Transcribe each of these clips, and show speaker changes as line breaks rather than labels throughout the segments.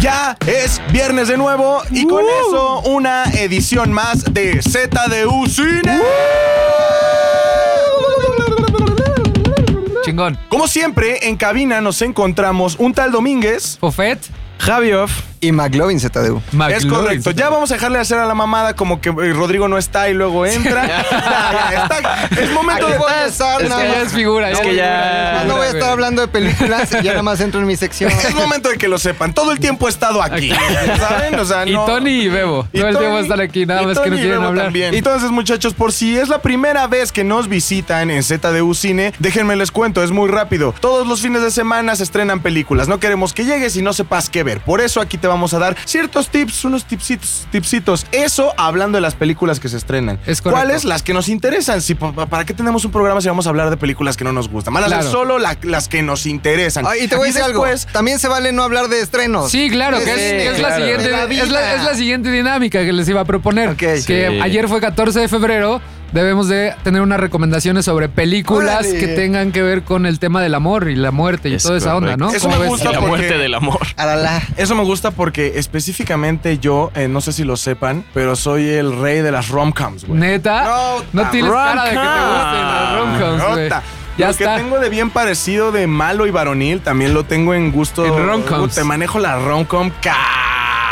ya es viernes de nuevo y con
Uh.
eso una edición más de ZDU Cine.
Chingón.
Como siempre, en cabina nos encontramos un tal Domínguez,
Fofet.
Javioff.
Y McLovin ZDU.
Es correcto. Ya vamos a dejarle de hacer a la mamada como que eh, Rodrigo no está y luego entra. Ya, ya, está. Es momento
Aquí
de.
voy a estar,
Es
nada
que
más.
ya es figura.
Es
ya
que
es
ya-
figura,
Nada
es
más no voy
figura,
a estar
güey.
hablando de películas y ya nada más entro en mi sección.
Es momento de que lo sepan. Todo el tiempo he estado aquí. ¿Saben? O sea,
Y
no-
Tony y Bebo.
Y
Todo el tiempo
Tony-
están aquí, nada
y
más que
Tony
no
y
quieren
Bebo
hablar.
también. Entonces, muchachos, por si es la primera vez que nos visitan en ZDU Cine, déjenme les cuento, es muy rápido. Todos los fines de semana se estrenan películas. No queremos que llegues y no sepas qué ver. Por eso aquí te vamos a dar ciertos tips, unos tipsitos, tipsitos. Eso hablando de las películas que se estrenan.
Es correcto.
¿Cuáles? Las que nos interesan. Si, pa- pa- ¿Para qué tenemos un programa si vamos a hablar de películas que no nos gustan? Van a ser
Claro.
solo la- las que nos interesan.
Ah, y te voy a decir algo. También se vale no hablar de estrenos.
Sí, claro, que es,
Sí,
que es la
claro.
siguiente,
De la
es, la,
vida.
es la siguiente dinámica que les iba a proponer.
Ok.
Que
Sí.
ayer fue 14 de febrero. Debemos de tener unas recomendaciones sobre películas
Órale.
que tengan que ver con el tema del amor y la muerte y
Es
toda esa onda,
correcto.
¿no?
Eso
¿Cómo
me
ves?
gusta.
La
porque-
muerte del amor.
Aralá.
Eso me gusta porque específicamente yo, eh, no sé si lo sepan, pero soy el rey de las rom-coms, güey.
Neta, no,
ta-
tienes cara de que te
rom-com.
gusten los rom-coms, güey.
Nota.
Ya
lo que
está.
tengo de bien parecido de malo y varonil también lo tengo en gusto.
En rom-coms.
Uh, Te manejo la rom-com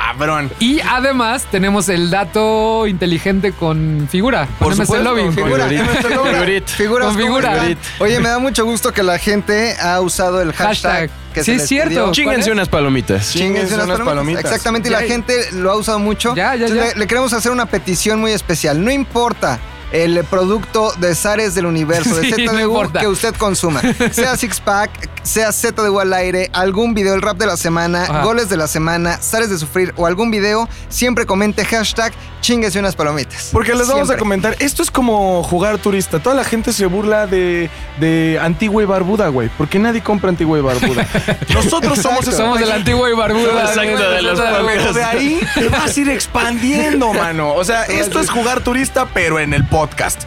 cabrón.
Y además tenemos el dato inteligente con figura. Ponemos el lobby.
figura.
Figurita.
Nuestro logro.
Figurita.
Figuras
Con
como
figura.
están. Oye, me da mucho gusto que la gente ha usado el hashtag.
Hashtag. Sí,
Que se
es
les
cierto.
pidió.
Chínguense
es?
unas palomitas.
Chinguense unas palomitas. Exactamente, y la
Ya.
gente lo ha usado mucho.
Ya, ya,
Entonces,
ya.
Le, le queremos hacer una petición muy especial. No importa el producto de Zares del Universo, de
Sí, no
ZDU,
importa.
que usted consuma. Sea Six Pack, sea ZDU al aire, algún video, el rap de la semana,
Ajá.
goles de la semana, Zares de Sufrir o algún video, siempre comente hashtag chinguese unas palomitas.
Porque les vamos a
Siempre.
comentar, esto es como jugar turista. Toda la gente se burla de, de Antigua y Barbuda, güey. Porque nadie compra Antigua y Barbuda. Nosotros somos esa
Somos de la antigua y barbuda.
Exacto, de los
Exacto.
podcasts.
Pero de ahí te vas a ir expandiendo, mano. O sea, esto es jugar turista, pero en el podcast.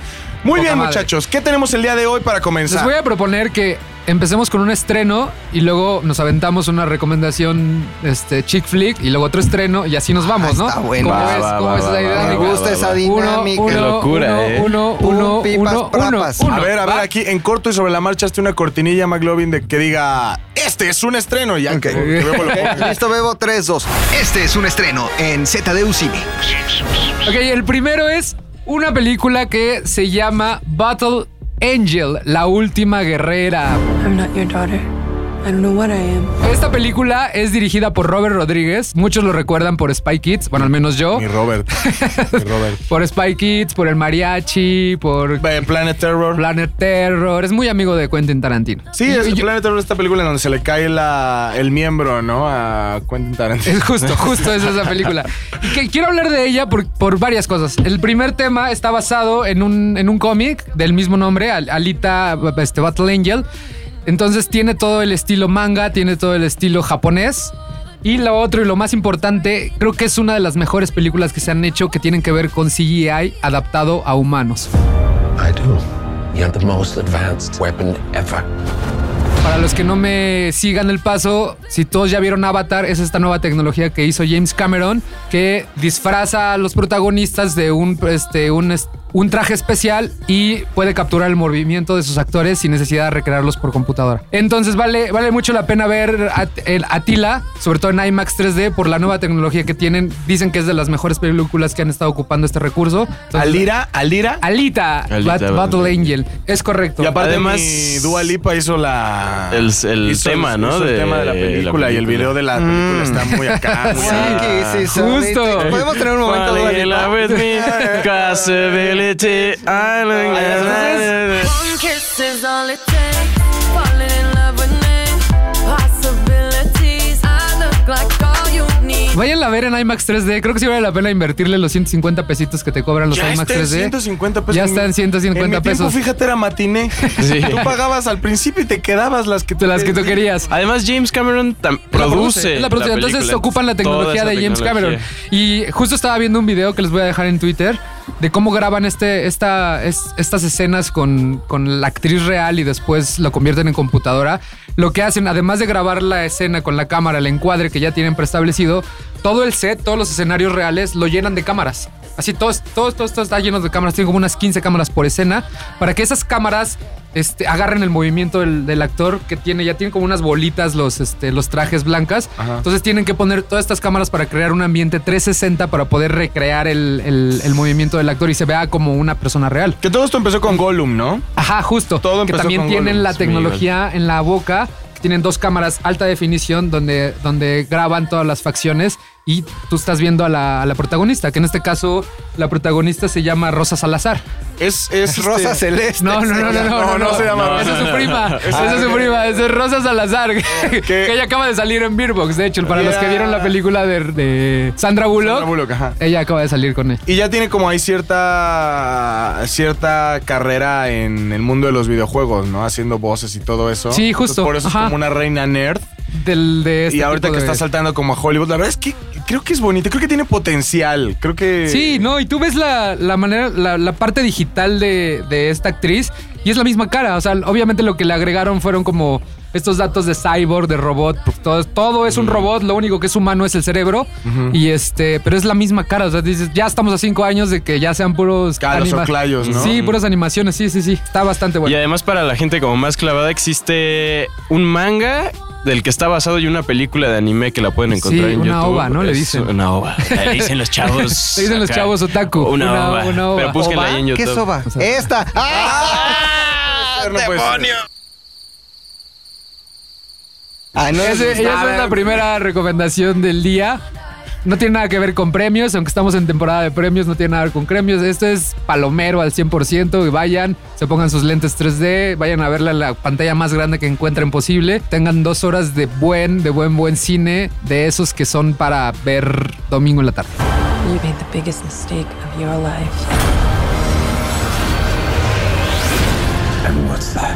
Muy
Poca
bien,
madre.
muchachos. ¿Qué tenemos el día de hoy para
Les
comenzar?
voy a proponer que empecemos con un estreno y luego nos aventamos una recomendación este, chick flick y luego otro estreno y así nos vamos, ¿no?
está bueno.
¿Cómo
Va,
ves?
va,
¿Cómo
va,
ves
va,
esa
va,
Me
dinámica?
va,
gusta
va,
esa
va.
Uno,
dinámica.
uno,
locura,
uno,
¿eh?
uno,
Pum,
uno,
pipas,
uno,
papas.
uno,
a ver, a ver,
¿va?
aquí en corto y sobre la marcha hazte una cortinilla, McLovin, de que diga: Este es un estreno. Y Ya que, que luego lo pongo.
Listo, bebo 3, 2. Este es un estreno en ZDU Cine.
Ok, el primero es una película que se llama Battle Angel, la última guerrera.
I'm not your daughter. I don't know what I am.
Esta película es dirigida por Robert Rodríguez. Muchos lo recuerdan por Spy Kids, bueno, al menos yo.
Mi Robert. Mi Robert.
Por Spy Kids, por El Mariachi, por
Eh, Planet Terror.
Planet Terror. Es muy amigo de Quentin Tarantino.
sí,
Y-
es
y yo-
Planet Terror esta película en donde se le cae la, el miembro, ¿no? A Quentin Tarantino.
Es justo, justo es esa película. Y que quiero hablar de ella por, por varias cosas. El primer tema está basado en un, en un cómic del mismo nombre, Al- Alita este, Battle Angel. Entonces tiene todo el estilo manga, tiene todo el estilo japonés. Y lo otro y lo más importante, creo que es una de las mejores películas que se han hecho que tienen que ver con CGI adaptado a humanos.
I do. You're the most advanced weapon ever.
Para los que no me sigan el paso, si todos ya vieron Avatar, es esta nueva tecnología que hizo James Cameron que disfraza a los protagonistas de un, este, un, es- un traje especial y puede capturar el movimiento de sus actores sin necesidad de recrearlos por computadora. Entonces vale, vale mucho la pena ver At- el Atila, sobre todo en IMAX 3D, por la nueva tecnología que tienen. Dicen que es de las mejores películas que han estado ocupando este recurso. Entonces,
Alira, Alira.
Alita,
Alita,
Bat- Battle Angel. Es correcto.
Y aparte
Además,
mi Dua Lipa hizo la
el- el tema, ¿no?
hizo el
de-
tema de la
la
película, y el
película.
video de la película está muy acá. muy
Sí,
acá.
sí, sí,
Justo.
sí. Podemos tener un momento
Falling
Dua
in
Lipa?
love with me, possibility, I don't
entonces-
know.
One kiss is all it takes. Falling in love with me. Possibilities. I look like all you need.
Vayan a ver en IMAX 3D. Creo que sí vale la pena invertirle los 150 pesitos que te cobran los
Ya
IMAX
está en
3D.
150 pesos.
Ya está en 150
En mi tiempo,
pesos.
fíjate, era matiné.
Sí.
Tú pagabas al principio y te quedabas las que
De las que tú
querías.
querías.
Además, James Cameron tam- produce.
Es la producción.
la
Entonces
película.
ocupan la
Toda
tecnología
esa
de James
tecnología.
Cameron. Y justo estaba viendo un video que les voy a dejar en Twitter de cómo graban este, esta, es- estas escenas con, con la actriz real y después lo convierten en computadora. Lo que hacen, además de grabar la escena con la cámara, el encuadre que ya tienen preestablecido, todo el set, todos los escenarios reales lo llenan de cámaras. Así, todos, todos, todos, todos está lleno de cámaras. Tienen como unas 15 cámaras por escena para que esas cámaras este, agarren el movimiento del, del actor que tiene. Ya tiene como unas bolitas los, este, los trajes blancas. Entonces tienen que poner todas estas cámaras para crear un ambiente 360 para poder recrear el, el- el movimiento del actor y se vea como una persona real.
Que todo esto empezó con Gollum, ¿no?
Ajá, justo.
Todo
que
empezó
también
con
tienen
Gollum,
la
es mi
tecnología en la boca. Tienen dos cámaras alta definición donde, donde graban todas las facciones y tú estás viendo a la, a la protagonista, que en este caso la protagonista se llama Rosa Salazar.
Es, es este-
Rosa Celeste.
No, no, no, no, no,
no, no se llama Rosa.
Esa es su prima, esa es su
ok.
prima, esa es Rosa Salazar, que, que ella acaba de salir en Beerbox, de hecho, para los que
Yeah.
vieron la película de, de Sandra Bullock,
Sandra Bullock, ajá.
ella acaba de salir con él.
Y ya tiene como ahí cierta cierta carrera en el mundo de los videojuegos, ¿no? Haciendo voces y todo eso.
Sí, justo,
Entonces, por eso
ajá.
es como una reina nerd.
Del, de este
y ahorita
tipo
que
de-
está saltando como a Hollywood, la verdad es que creo que es bonita, creo que tiene potencial, creo que...
Sí, no, y tú ves la, la manera, la, la parte digital de, de esta actriz y es la misma cara. O sea, obviamente lo que le agregaron fueron como estos datos de cyborg, de robot, pues, todo, todo es un
Mm.
robot, lo único que es humano es el cerebro. Y este, pero es la misma cara. O sea, dices, ya estamos a cinco años de que ya sean puros
Claro, los
anima-
oclayos, ¿no? Mm.
Sí, puras animaciones, sí, sí, sí. Está bastante
Y
bueno.
además para la gente como más clavada existe un manga del que está basado y una película de anime que la pueden encontrar
Sí,
en
una
YouTube.
ova, ¿no? Le
Es
dicen.
Una ova. Le dicen los chavos.
Le dicen los
acá.
chavos otaku.
Una,
Una-
ova.
una ova.
Pero búsquenla
¿Ova?
ahí en YouTube.
¿Qué soba?
O sea-
Esta. ¡Ah!
No puede ser.
pues,
Ah, no,
Ese-
no,
esa es la primera recomendación del día. No tiene nada que ver con premios, aunque estamos en temporada de premios, no tiene nada que ver con premios. Esto es palomero al 100% y vayan, se pongan sus lentes 3D, vayan a verla en la pantalla más grande que encuentren posible. Tengan dos horas de buen, de buen, buen cine, de esos que son para ver domingo en la tarde.
You made the biggest mistake of your life.
And what's that?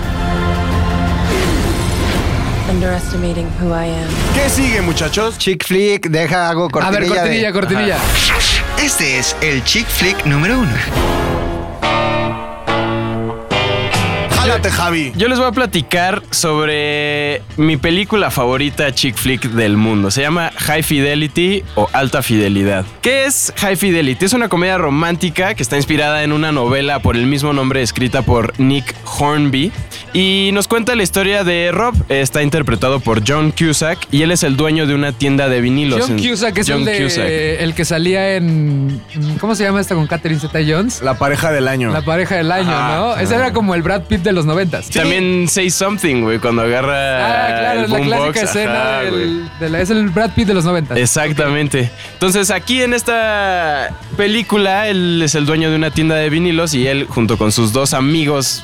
Underestimating who I am.
¿Qué sigue, muchachos?
Chick flick, deja hago
A
cortinilla.
ver, cortinilla,
de-
cortinilla.
Este es el chick flick número uno.
Jálate, Javi.
Yo les voy a platicar sobre mi película favorita chick flick del mundo. Se llama High Fidelity o Alta Fidelidad. ¿Qué es High Fidelity? Es una comedia romántica que está inspirada en una novela por el mismo nombre escrita por Nick Hornby y nos cuenta la historia de Rob. Está interpretado por John Cusack y él es el dueño de una tienda de vinilos.
John
en-
Cusack es
John
el, de-
Cusack.
el que salía en... ¿Cómo se llama esta con Catherine Zeta-Jones?
La pareja del año.
La pareja del año,
Ajá.
¿no? Ese era como el Brad Pitt de los noventas.
También Say Something, güey, cuando agarra.
Ah, claro,
el
es la
boombox.
clásica escena
Ajá, güey.
del, de la- es el Brad Pitt de los 90.
Exactamente. Entonces aquí en esta película él es el dueño de una tienda de vinilos y él junto con sus dos amigos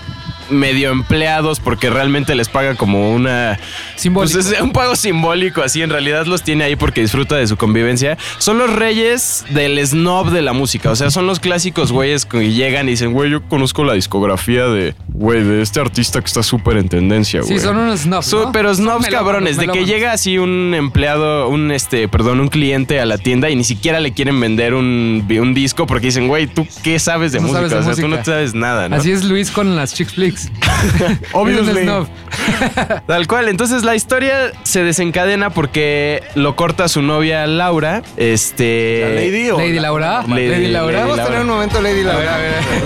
medio empleados porque realmente les paga como una
Simbólico.
pues, es un pago simbólico así en realidad los tiene ahí porque disfruta de su convivencia son los reyes del snob de la música o sea son los clásicos güeyes que llegan y dicen güey yo conozco la discografía de güey de este artista que está súper en tendencia güey
sí, son unos snobs.
Su-
¿no?
Pero
Son
snobs
melómanos,
cabrones, de que
melómanos.
llega así un empleado, un este, perdón, un cliente a la tienda y ni siquiera le quieren vender un, un disco porque dicen, güey, ¿tú qué sabes de
No
música?
sabes de
o sea, tú no
música.
sabes nada, ¿no?
Así es Luis con las chick flicks.
Obviously.
Es un snob.
Tal cual. Entonces la historia se desencadena porque lo corta su novia Laura. Este.
La Lady o
Lady
la-
Laura.
Lady-
Lady, Laura.
Lady
Vamos a tener un momento, Lady Laura.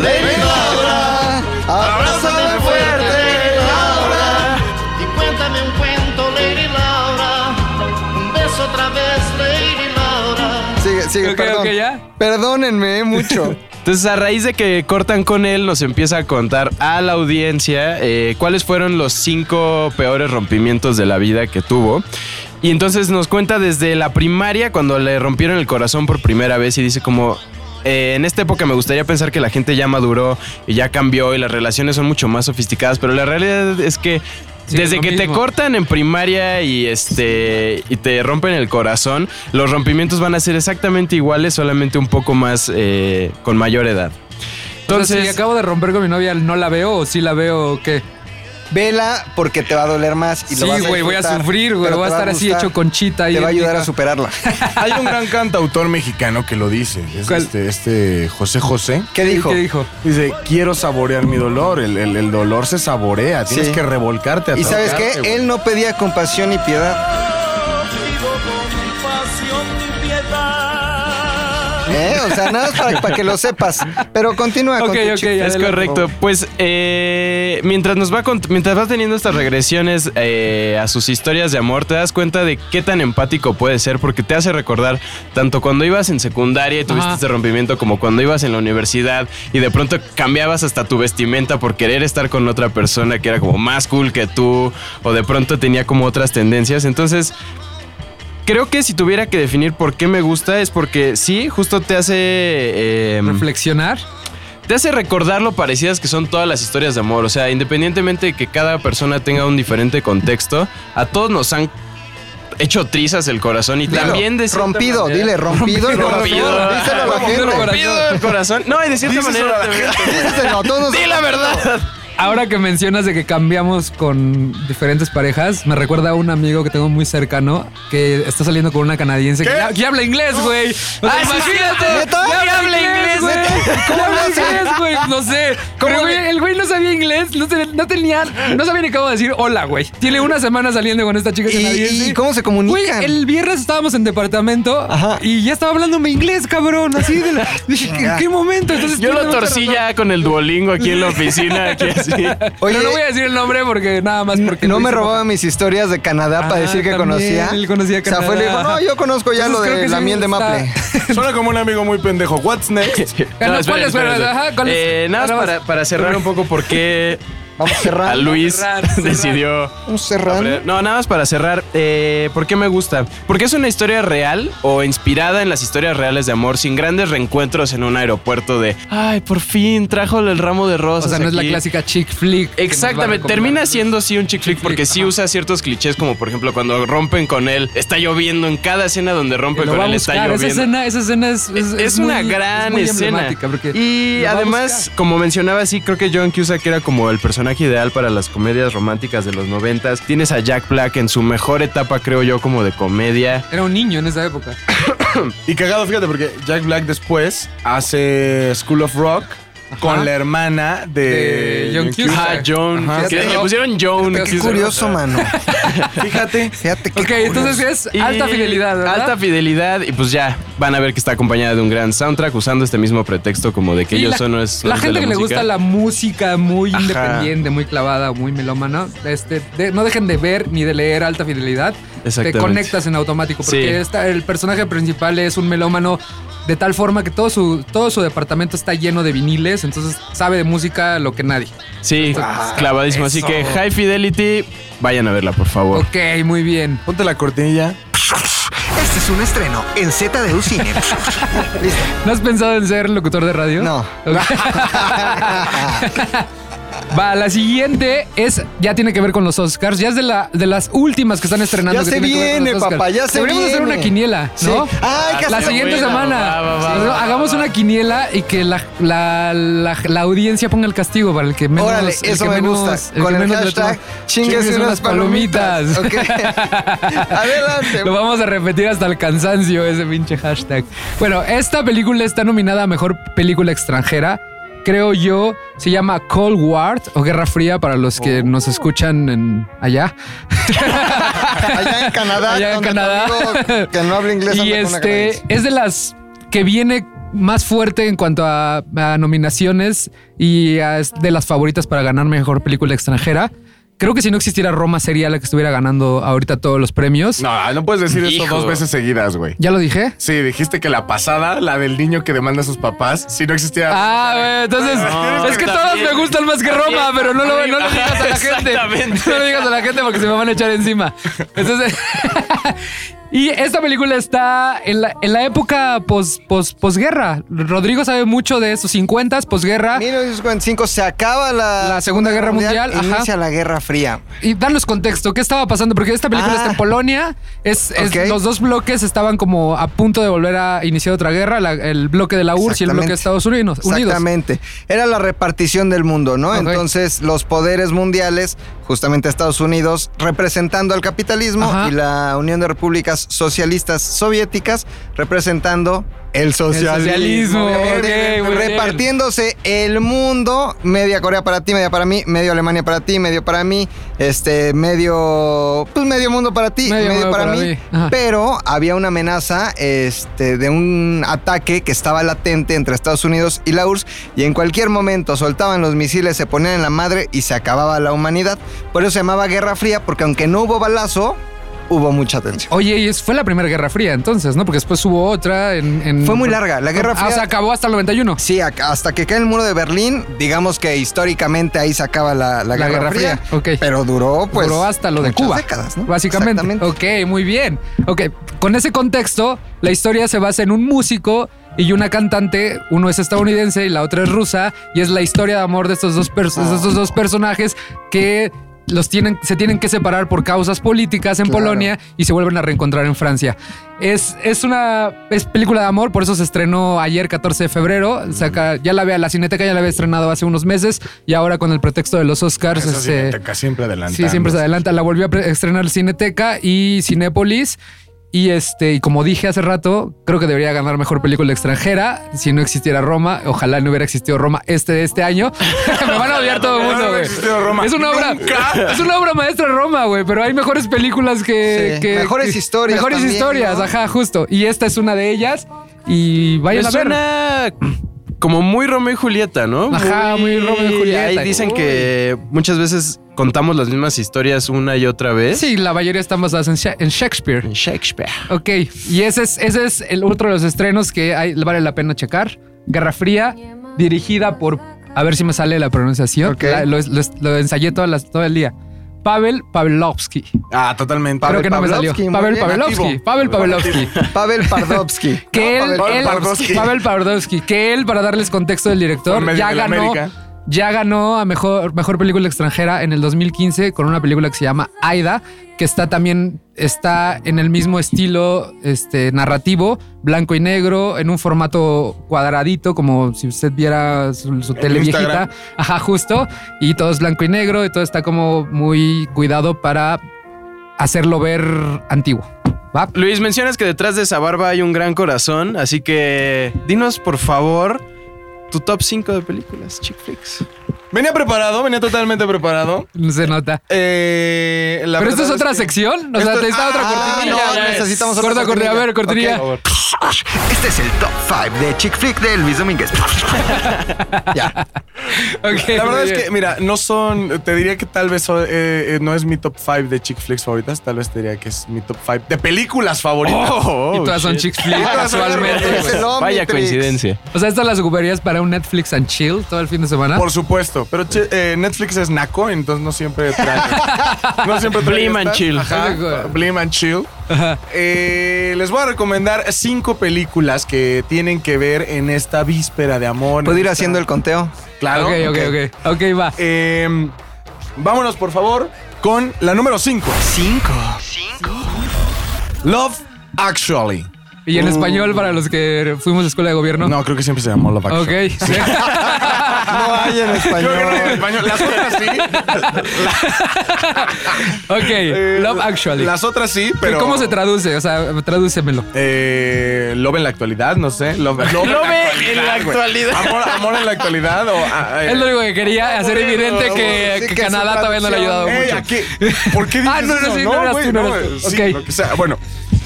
Lady Laura, abrázame fuerte, Laura.
Y cuéntame un cuento, Lady Laura. Un beso otra vez, Lady Laura.
Sigue, sigue,
Ok,
perdón.
ok, ya.
Perdónenme eh, mucho.
Entonces, a raíz de que cortan con él, nos empieza a contar a la audiencia eh, cuáles fueron los cinco peores rompimientos de la vida que tuvo. Y entonces nos cuenta desde la primaria, cuando le rompieron el corazón por primera vez, y dice como. eh, en esta época me gustaría pensar que la gente ya maduró y ya cambió y las relaciones son mucho más sofisticadas, pero la realidad es que
Sí,
desde
lo
que te
mismo.
cortan en primaria y este y te rompen el corazón, los rompimientos van a ser exactamente iguales, solamente un poco más eh, con mayor edad.
Entonces,
Entonces,
si acabo de romper con mi novia, ¿no la veo o sí la veo o qué?
Vela porque te va a doler más. Y lo
Sí,
vas a
güey, voy a
disfrutar,
sufrir, güey,
pero
voy a
te va
estar así
gustar.
hecho conchita ahí
Te va a
en mi
ayudar a
ca-
superarla.
Hay un gran cantautor mexicano que lo dice. Es
¿Cuál?
este, este José José.
¿Qué dijo?
¿Qué dijo?
Dice, quiero saborear mi dolor. El, el- el dolor se saborea. Tienes
Sí.
que revolcarte a
Y sabes qué?
tragarte, güey.
Él no pedía compasión ni piedad. ¿Eh? O sea, nada más para, para que lo sepas. Pero continúa
Ok,
con tu
ok,
chiste.
ya.
Es
adelante,
correcto. Pues eh, mientras nos va cont- mientras vas teniendo estas regresiones eh, a sus historias de amor, te das cuenta de qué tan empático puede ser, porque te hace recordar tanto cuando ibas en secundaria y tuviste
Ajá.
este rompimiento, como cuando ibas en la universidad y de pronto cambiabas hasta tu vestimenta por querer estar con otra persona que era como más cool que tú, o de pronto tenía como otras tendencias. Entonces, creo que si tuviera que definir por qué me gusta, es porque sí, justo te hace. em,
Reflexionar.
te hace recordar lo parecidas que son todas las historias de amor. O sea, independientemente de que cada persona tenga un diferente contexto, a todos nos han hecho trizas el corazón y
Claro.
también de cierta
Rompido,
manera-
dile, rompido. el corazón.
Rompido.
Díselo a la
Rompido el
gente.
corazón.
Rompido el corazón. No, y de cierta
Díselo
manera.
a la
también-
Díselo a todos.
Di la verdad.
Ahora que mencionas de que cambiamos con diferentes parejas, me recuerda a un amigo que tengo muy cercano que está saliendo con una canadiense que,
¿Qué?
ya- que habla inglés, güey. O sea,
Ah, sí,
imagínate.
sí.
¿Neta?
ya
¿Qué habla inglés,
güey. ¿Cómo habla inglés, güey? No sé. Pero, güey, el güey no sabía inglés, no, te- no tenía, no sabía ni cómo decir hola, güey. Tiene una semana saliendo con esta chica
¿Y-
canadiense.
y cómo se comunican?
Güey, el viernes estábamos en departamento
Ajá.
y ya estaba hablándome inglés, cabrón. Así de la. Dije, ¿en qué momento? Entonces,
Yo
tiene
lo
mucha
torcí
razón.
ya con el duolingo aquí en la oficina. Aquí así.
Oye,
Pero no voy a decir el nombre porque nada más porque
no
lo
me
hice
robaba mis historias de Canadá
Ah,
para decir que
también,
conocía.
él conocía
O sea, fue, le dijo,
Canadá.
no, yo conozco ya
Entonces,
lo
creo
de
que
la
sí
miel de
está-
maple.
Suena como un amigo muy pendejo. What's next?
Ah, no,
esperen,
¿cuál es?
esperen,
Bueno,
esperen.
ajá, ¿cuál es?
Eh, nada más
Nada más.
para, para cerrar un poco por qué
Vamos
a
cerrando.
Luis
cerrar, cerrar.
decidió
Vamos cerrando.
No, nada más para cerrar. eh, ¿Por qué me gusta? Porque es una historia real o inspirada en las historias reales de amor, sin grandes reencuentros en un aeropuerto de ay, por fin trajo el ramo de
O
rosas.
sea, no es la
Pues aquí".
clásica chick flick. que nos va a
Exactamente,
recomendar.
termina siendo sí un chick flick porque sí
ajá.
usa ciertos clichés como por ejemplo cuando rompen con él, está lloviendo en cada escena donde rompen
Lo
con
va a
él está
buscar.
lloviendo.
Esa escena, esa escena es, es,
Es,
es
una
muy- es
gran
muy
escena.
emblemática porque
Y
lo va a
además,
buscar.
como mencionaba, sí, creo que John Cusack era como el personaje ideal para las comedias románticas de los noventas. Tienes a Jack Black en su mejor etapa, creo yo, como de comedia.
Era un niño en esa época.
Y cagado, fíjate, porque Jack Black después hace School of Rock con la hermana de,
De John Cusack.
Ah, John.
Ajá.
que le
Fíjate.
pusieron John.
Fíjate,
Qué
Cusack.
curioso, mano.
Fíjate.
Fíjate que.
Ok, entonces es
Y
alta fidelidad, ¿verdad?
Alta fidelidad. Y pues ya, van a ver que está acompañada de un gran soundtrack usando este mismo pretexto como de que
Sí,
ellos
la-
son los-
La
los de
gente que le
música.
gusta la música muy
Ajá.
independiente, muy clavada, muy melómana, este, de- no dejen de ver ni de leer Alta Fidelidad. Te
Exactamente.
conectas en automático porque
Sí.
esta- el personaje principal es un melómano de tal forma que todo su, todo su departamento está lleno de viniles, entonces sabe de música lo que nadie.
Sí, clavadísimo.
Ah,
Así
eso.
que High Fidelity, vayan a verla, por favor.
Ok, muy bien.
Ponte la cortinilla.
Este es un estreno en ZDU Cine.
¿No has pensado en ser locutor de radio?
No.
Ok. Va, la siguiente es, ya tiene que ver con los Oscars, ya es de, la, de las últimas que están estrenando.
Ya
que
se
tiene que ver con los
viene,
Oscars.
papá, ya se
Deberíamos hacer
viene.
una quiniela,
Sí.
¿no?
Ah, hay que
La
hacer-
siguiente
buena,
semana.
va, va, va,
Pero
va, va,
hagamos
va.
una quiniela y que la, la, la, la audiencia ponga el castigo para el que menos.
Órale,
el
eso
que
me
menos-
gusta.
que
Con el
menos le
hashtag
toma.
chingues unas palomitas. Ok. Adelante.
Lo vamos a repetir hasta el cansancio, ese pinche hashtag. Bueno, esta película está nominada a mejor película extranjera. Creo yo, se llama Cold War o Guerra Fría para los que
Oh.
nos escuchan en allá.
Allá en Canadá.
Allá en
donde tu
Canadá.
amigo Que no habla inglés.
Y
anda con una
este
canadiense.
es de las que viene más fuerte en cuanto a, a nominaciones y a- es de las favoritas para ganar mejor película extranjera. Creo que si no existiera Roma sería la que estuviera ganando ahorita todos los premios.
No, no puedes decir eso
Hijo.
dos veces seguidas, güey.
¿Ya lo dije?
Sí, dijiste que la pasada, la del niño que demanda a sus papás, si no existiera.
Ah, güey, entonces
No.
es que todas me gustan más que Roma,
También.
pero no lo, no lo
Ajá,
digas a la gente.
exactamente.
No lo digas a la gente porque se me van a echar encima. Entonces, Y esta película está en la, en la época pos, pos- posguerra. Rodrigo sabe mucho de esos 50, posguerra.
1945 se acaba la,
ah. La Segunda Guerra Mundial, ajá.
inicia la Guerra Fría.
Y darnos contexto, ¿qué estaba pasando? Porque esta película
Ah.
está en Polonia, es, es-
Ok.
los dos bloques estaban como a punto de volver a iniciar otra guerra, la- el bloque de la URSS y el bloque de
Exactamente.
Estados Unidos. Unidos.
Exactamente. Era la repartición del mundo, ¿no?
Ok.
Entonces, los poderes mundiales, justamente Estados Unidos, representando al capitalismo
Ajá.
y la Unión de Repúblicas Socialistas Soviéticas, representando el socialismo.
socialismo,
obviamente.
ok, muy bien.
Repartiéndose el mundo, media Corea para ti, media para mí, medio Alemania para ti, medio para mí, este, medio, pues medio mundo para ti,
Medio
medio,
mundo
para,
para
mí.
mí, ajá.
Pero había una amenaza este, de un ataque que estaba latente entre Estados Unidos y la URSS y en cualquier momento soltaban los misiles, se ponían en la madre y se acababa la humanidad. Por eso se llamaba Guerra Fría, porque aunque no hubo balazo, hubo mucha tensión.
Oye, y es- fue la primera Guerra Fría entonces, ¿no? Porque después hubo otra en... en-
Fue muy larga, la Guerra
Ah, o
Fría-
sea, acabó hasta el 91.
Sí, a- hasta que cae el muro de Berlín, digamos que históricamente ahí se acaba la, la Guerra, Fría.
ok.
Pero duró, pues.
Duró hasta lo de
muchas
Cuba.
décadas, ¿no?
Básicamente.
Exactamente.
Ok, muy bien. Ok, con ese contexto, la historia se basa en un músico y una cantante. Uno es estadounidense y la otra es rusa. Y es la historia de amor de estos dos, pers- de estos
Ah.
dos personajes que los tienen, se tienen que separar por causas políticas en
Claro.
Polonia y se vuelven a reencontrar en Francia. Es, es una es película de amor, por eso se estrenó ayer 14 de febrero. Saca, ya la vea, la Cineteca ya la había estrenado hace unos meses y ahora con el pretexto de los Oscars.
Esa
este,
cineteca siempre adelante.
Sí, siempre se adelanta. La volvió a pre- estrenar Cineteca y Cinépolis. Y este, y como dije hace rato, creo que debería ganar mejor película extranjera si no existiera Roma. Ojalá no hubiera existido Roma este de este año. Me van a odiar todo
Ah,
el
No
mundo,
hubiera
güey.
existido Roma.
Es una obra. Es una obra maestra Roma, güey. Pero hay mejores películas que.
Sí,
que-
mejores
que-
historias
Mejores
también,
historias,
¿no?
ajá, justo. Y esta es una de ellas. Y vayan
Me
a ver.
suena como muy Romeo y Julieta, ¿no?
Ajá, muy Romeo y Julieta.
Ahí dicen
Uy.
que muchas veces contamos las mismas historias una y otra
¿eh?
vez.
Sí, la mayoría están basadas en Sha- en Shakespeare.
En Shakespeare.
Ok, y ese es, ese es el otro de los estrenos que hay- vale la pena checar. Guerra Fría, dirigida por... A ver si me sale la pronunciación.
Ok.
La- lo, lo- lo ensayé todas las- todo el día. Pavel Pavlovsky.
Ah, totalmente.
Creo que no me salió.
Pavlovsky, muy
Pavel
bien,
Pavlovsky.
nativo.
Pavel Pavlovsky.
Pavel Pardovsky.
Que
No,
él,
Pavel
él-
Pavlovsky.
Pavel Pavlovsky, que él, para darles contexto del director,
Fue medio
ya
de la
ganó,
América.
ya ganó a mejor, mejor película extranjera en el 2015 con una película que se llama Aida, que está también está en el mismo estilo este, narrativo, blanco y negro, en un formato cuadradito, como si usted viera su, su tele viejita.
Instagram.
Ajá, justo. Y todo es blanco y negro y todo está como muy cuidado para hacerlo ver antiguo. ¿Va?
Luis, mencionas que detrás de esa barba hay un gran corazón, así que dinos por favor tu top 5 de películas, chick flicks.
Venía preparado, venía totalmente preparado.
Se nota.
Eh, la
¿Pero esto
verdad
es otra
que-
sección? O sea,
Esto-
te está otra
Ah,
cortinilla.
no,
ya ves.
necesitamos otra
Corta, cortinilla. A ver, cortinilla.
Ok.
Este es el top 5 de Chick Flick de Luis Domínguez.
Ok,
La verdad
muy
es que,
bien.
mira, no son. Te diría que tal vez eh, eh, no es mi top 5 de chick flicks favoritas. Tal vez te diría que es mi top 5 de películas favoritas.
Oh, y todas son chick flicks
todas Oh, son-
casualmente.
es
güey.
el
Vaya
Omnitrix.
coincidencia.
O sea, estas las ocuparías para un Netflix and chill todo el fin de semana.
Por supuesto. Pero che, eh, Netflix es naco, entonces no siempre trae. no siempre trae.
Blim and
estas.
chill.
Ajá, Blim and chill.
Ajá.
Eh, les voy a recomendar cinco películas que tienen que ver en esta víspera de amor.
¿Puedo
en
ir
esta-
haciendo el conteo?
Claro.
ok, ok, ok. Ok, va.
Eh, vámonos, por favor, con la número 5.
5.
Love Actually.
Y en español para los que fuimos a escuela de gobierno.
Mm. No, creo que siempre se llamó Love
Ok.
Actually.
sí.
No hay en
Yo creo que en
español.
español. Las otras sí. Eh,
ok. Love Actually.
Las otras sí, pero.
¿Cómo se traduce? O sea, tradúcemelo.
Eh, love en la actualidad, no sé. Love, love en la actualidad. güey. Amor, amor en la actualidad. O, ah, eh,
Es lo único que quería hacer
bueno,
evidente
bueno,
que,
sí
que
que su
Canadá todavía no le ha ayudado
Ey,
mucho.
aquí- ¿Por qué dices
Ah, no, no,
eso?
sí, no eras
güey,
tú, no eras tú.
sí,
Ok.
lo que sea. Bueno,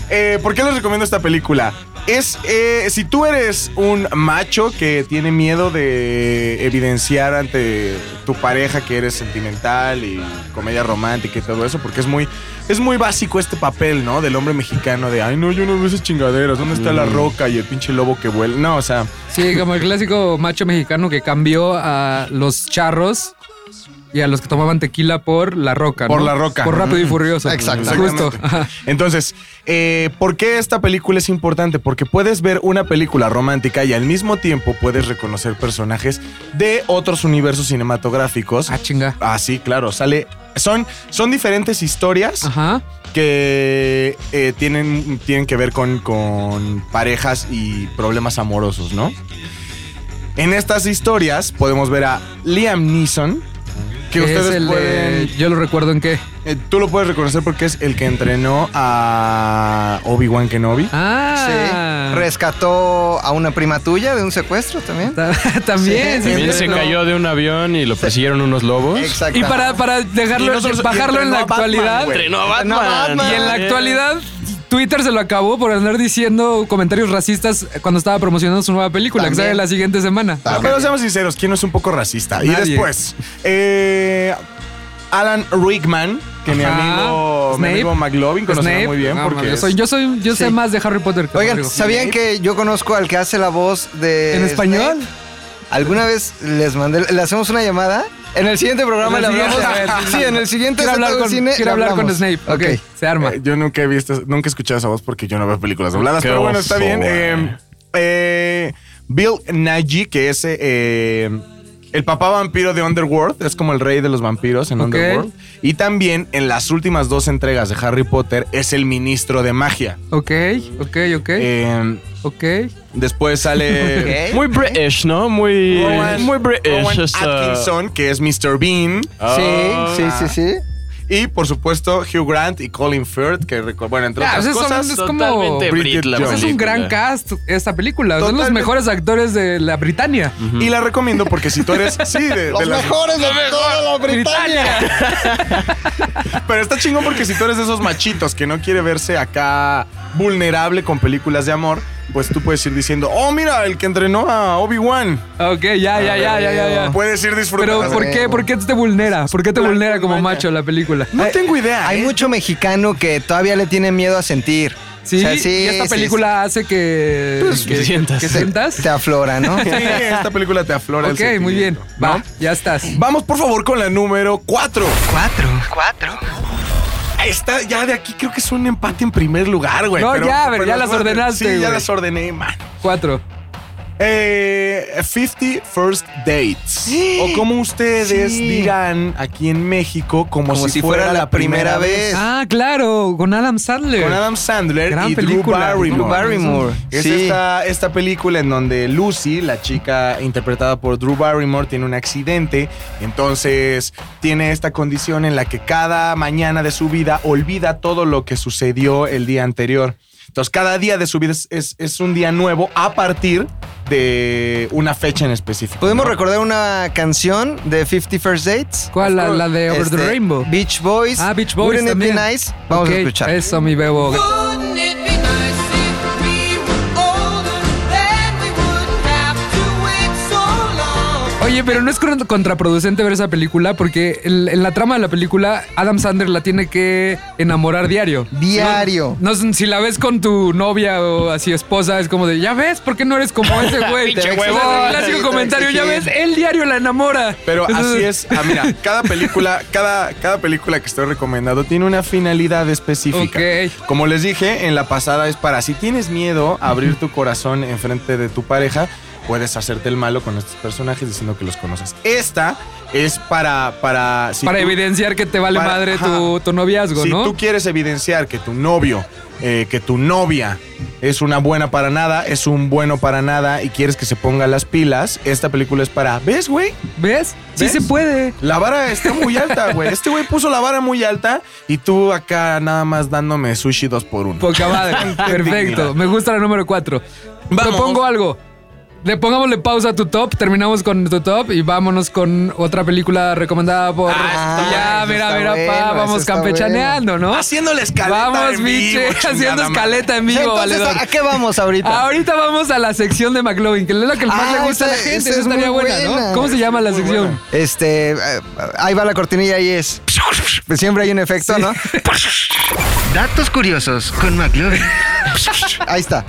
eh, ¿por qué les recomiendo esta película? Es, eh, si tú eres un macho que tiene miedo de evidenciar ante tu pareja que eres sentimental y comedia romántica y todo eso, porque es muy, es muy básico este papel, ¿no? Del hombre mexicano de, ay, no, yo no veo esas chingaderas, ¿dónde está la
Mm.
roca y el pinche lobo que vuela? No, o sea,
Sí, como el clásico macho mexicano que cambió a los charros y a los que tomaban tequila por La Roca.
Por
¿no?
La Roca.
Por Rápido y
Mm.
Furioso.
Exacto.
Justo.
Exactamente. Entonces, eh, ¿por qué esta película es importante? Porque puedes ver una película romántica y al mismo tiempo puedes reconocer personajes de otros universos cinematográficos.
Ah, chinga.
Ah, sí, claro, sale. Son, son diferentes historias
Ajá.
que eh, tienen, tienen que ver con, con parejas y problemas amorosos, ¿no? En estas historias podemos ver a Liam Neeson, que
Es
ustedes
el de-
pueden...
Yo lo recuerdo en qué.
Eh, tú lo puedes reconocer porque es el que entrenó a Obi-Wan Kenobi.
Ah.
Sí. Rescató a una prima tuya de un secuestro también.
Ta- También.
Sí,
sí,
También
sí,
se
no.
cayó de un avión y lo persiguieron unos lobos.
Exacto.
Ah, Y para, para
Y
dejarlo,
no solo-
bajarlo en
entrenó a
la
Batman,
actualidad.
güey.
Entrenó a
Entrenó a
Batman.
Batman.
Y en la
Bien.
actualidad, Twitter se lo acabó por andar diciendo comentarios racistas cuando estaba promocionando su nueva película, que
También.
sale la siguiente semana.
Ta- Ah,
Pero
ok.
seamos sinceros, ¿quién no es un poco racista? Y
Nadie.
después, eh, Alan Rickman, que mi
Ajá.
amigo, mi
Snape.
amigo McLovin conocerá
Snape.
muy bien
No,
porque
mames, yo
es-
soy, yo soy, yo sé
Sí.
más de Harry Potter que
Oigan,
Rodrigo.
¿sabían que yo conozco al que hace la voz de.
¿En español?
Snape? Alguna vez les mandé, le hacemos una llamada. En el siguiente programa
En
le
el
hablamos.
siguiente, a ver.
sí, en el siguiente
quiero hablar
Z del
con,
cine
quiero
le
hablar con
hablamos.
Snape. Ok,
Ok.
se arma.
Eh, yo nunca he visto, nunca he escuchado esa voz porque yo no veo películas dobladas,
Qué
pero bueno,
oso,
está bien.
güey.
Eh, eh, Bill Nagy, que es eh, el papá vampiro de Underworld, es como el rey de los vampiros en
Ok.
Underworld. Y también en las últimas dos entregas de Harry Potter es el ministro de magia.
Ok, ok, ok.
Eh,
ok.
después sale
Ok.
Muy British, ¿no? Muy,
Rowan-
muy British.
Rowan
esta-
Atkinson, que es Mr. Bean.
Ah.
Sí, sí, sí, sí.
Y por supuesto, Hugh Grant y Colin Firth, que recu- bueno, entre
Ya,
otras
pues son-
cosas.
es como-
Totalmente
Bridget
Brit la
Jones.
Es un
película.
gran cast esta película. Son los
Totalmente.
mejores actores de la Britania.
Mm.
Y la recomiendo porque si tú eres. Sí, de,
Los
de las-
mejores de toda la Britania.
Pero está chingón porque si tú eres de esos machitos que no quiere verse acá vulnerable con películas de amor, pues tú puedes ir diciendo, oh, mira, el que entrenó a Obi-Wan.
Ok, ya, ya, ya, ya, ya. ya.
Puedes ir disfrutando.
Pero ¿por qué, por qué te vulnera? ¿Por qué te
Blanco
vulnera
y
como
maña.
macho la película?
No
Ay,
tengo idea.
Hay
¿eh?
mucho mexicano que todavía le tiene miedo a sentir.
Sí,
O sea, sí,
y esta
sí,
película hace que,
Pues,
que,
que sientas.
que
sí.
sientas.
Se aflora, ¿no?
Sí, esta película te aflora. el
ok, muy bien.
sentimiento, ¿no?
Va, ya estás.
Vamos por favor con la número 4.
Cuatro. Cuatro.
Está ya de aquí, creo que es un empate en primer lugar, güey. pues
No, ya, a ver, ya las
bueno,
ordenaste,
Sí, ya
güey.
las ordené, mano.
Cuatro.
Eh, 50 First Dates. O como ustedes
Sí.
dirán aquí en México, como,
Como si fuera la primera vez.
Ah, claro, con Adam Sandler.
Con Adam Sandler
Gran
y
película.
Drew Barrymore.
Drew Barrymore.
Es
Sí.
esta, esta película en donde Lucy, la chica interpretada por Drew Barrymore, tiene un accidente. Entonces tiene esta condición en la que cada mañana de su vida olvida todo lo que sucedió el día anterior. Entonces cada día de su vida es, es- es un día nuevo a partir de una fecha en específico.
Podemos
¿no?
recordar una canción de 50 First Dates.
¿Cuál? La, la de Over the
Este,
Rainbow.
Beach Boys.
Ah, Beach Boys
Wouldn't
también.
It Be Nice. Vamos
Ok,
a escuchar.
Eso, mi bebo.
Wouldn't it be nice if we were older? Then we wouldn't have to wait so long.
Oye, pero no es cron- contraproducente ver esa película porque el- en la trama de la película Adam Sandler la tiene que enamorar diario.
Diario.
No, sé, si la ves con tu novia o así esposa, es como de, ya ves, ¿por qué no eres como ese güey?
Pinche
O sea,
huevón.
el clásico
Te
comentario, ya ves,
exigí.
él diario la enamora.
Pero
Entonces,
así es. Ah, mira, cada película, cada, cada película que estoy recomendando tiene una finalidad específica.
Ok.
Como les dije, en la pasada es para si tienes miedo a abrir tu corazón enfrente de tu pareja, puedes hacerte el malo con estos personajes diciendo que los conoces. Esta es para para si
para
tú-
evidenciar que te vale
para-
madre tu,
ajá.
tu noviazgo,
si
¿no?
tú quieres evidenciar que tu novio, eh, que tu novia es una buena para nada, es un bueno para nada y quieres que se ponga las pilas, esta película es para, ¿ves, güey?
¿Ves? Sí
¿Ves?
se puede.
La vara está muy alta, güey. Este güey puso la vara muy alta y tú acá nada más dándome sushi dos por uno.
Poca madre. Perfecto.
dignidad.
Me gusta la número 4.
Vamos.
Propongo algo. Le pongámosle pausa a tu top, terminamos con tu top y vámonos con otra película recomendada por.
Ah, está
ya,
bueno,
mira,
eso
mira,
está
pa,
bueno,
vamos
eso está
campechaneando, ¿no?
Haciendo la escaleta.
Vamos,
en vivo,
biche,
chingada
haciendo
madre.
escaleta en vivo,
Entonces,
valedor. Ah,
¿a qué vamos ahorita?
Ahorita vamos a la sección de McLovin, que es la que más
Ah,
le gusta a la
esa-
gente.
esa
Esa
es
estaría
muy
buena, ¿no?
buena.
¿Cómo se llama la sección?
Este, eh, ahí va la cortinilla y es. Siempre hay un efecto, ¿no?
Datos curiosos con McLovin.
Ahí está.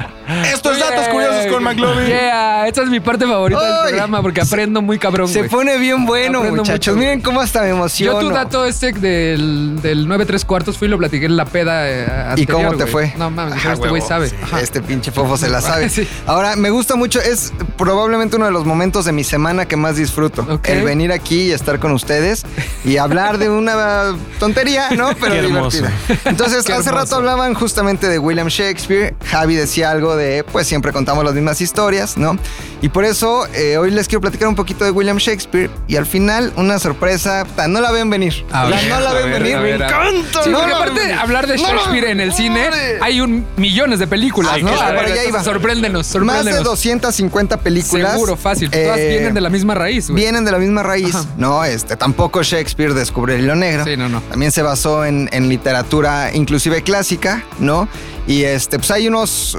Esto es Datos Curiosos con McLovin.
Yeah, esa es mi parte favorita del
Ay.
programa porque aprendo muy cabrón,
Se
güey.
pone bien bueno,
Aprendo
muchachos.
mucho.
Miren cómo hasta me
Yo
emociono.
tu dato este del, del 9 3 cuartos fui y lo platiqué en la peda eh,
¿Y
anterior,
cómo te
güey.
fue?
No mames,
Ajá,
este güey
huevo.
sabe.
Sí,
Ajá.
este pinche fofo se la sabe.
Sí.
Ahora, me gusta mucho. Es probablemente uno de los momentos de mi semana que más disfruto.
Ok.
El venir aquí y estar con ustedes y hablar de una tontería, ¿no? Pero
Qué hermoso.
divertida. Entonces,
Qué
hace
hermoso.
rato hablaban justamente de William Shakespeare. Javi decía algo de, pues siempre contamos las mismas historias, ¿no? Y por eso eh, hoy les quiero platicar un poquito de William Shakespeare y al final una sorpresa, puta, no la ven venir.
A
La-
ver,
no la
a
ven
ver,
venir.
a ver, a ver. Sí,
No
porque
la
aparte
ven
de
venir.
hablar de
No la
Shakespeare en el cine,
ven.
hay un millones de películas,
Ay,
¿no?
claro,
A ver,
pero ya iba.
Sorpréndenos,
Más de
sorpréndenos.
250 películas.
Seguro, fácil. Todas
Eh,
vienen de la misma raíz, güey.
Vienen de la misma raíz.
Ajá.
No, este, tampoco Shakespeare descubrió el hilo negro.
Sí, no, no.
También se basó en, en literatura, inclusive clásica, ¿no? Y este, pues hay unos,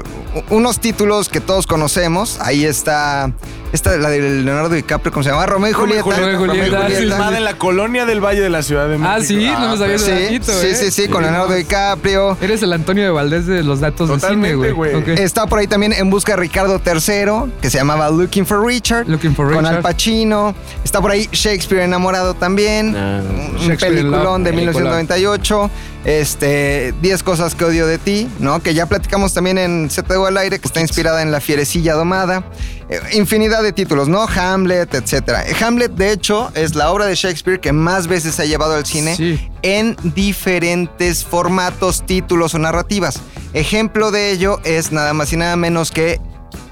unos títulos que todos conocemos. Ahí está. Esta, la de Leonardo DiCaprio, ¿cómo se llama? Romeo y
Romeo y
Julieta.
Julieta.
Romeo y Julieta, sí,
Filmada en la colonia del Valle de la Ciudad de México.
Ah, sí, no me sabía ese
Sí,
datito,
sí,
eh.
sí, sí, con Leonardo DiCaprio.
Eres el Antonio de Valdés de los datos
Totalmente,
de cine, güey.
güey.
Ok.
Está por ahí también En Busca de Ricardo III, que se llamaba Looking for Richard.
Looking for
Con
Richard.
Al Pacino. Está por ahí Shakespeare enamorado también.
Ah,
un
Shakespeare in
peliculón
Love.
de
Peliculón.
1998. Este, 10 cosas que odio de ti, ¿no? Que ya platicamos también en ZDU al aire, que está inspirada en La fierecilla domada. Eh, infinidad de títulos, ¿no? Hamlet, etcétera. Hamlet, de hecho, es la obra de Shakespeare que más veces se ha llevado al cine
Sí.
en diferentes formatos, títulos o narrativas. Ejemplo de ello es nada más y nada menos que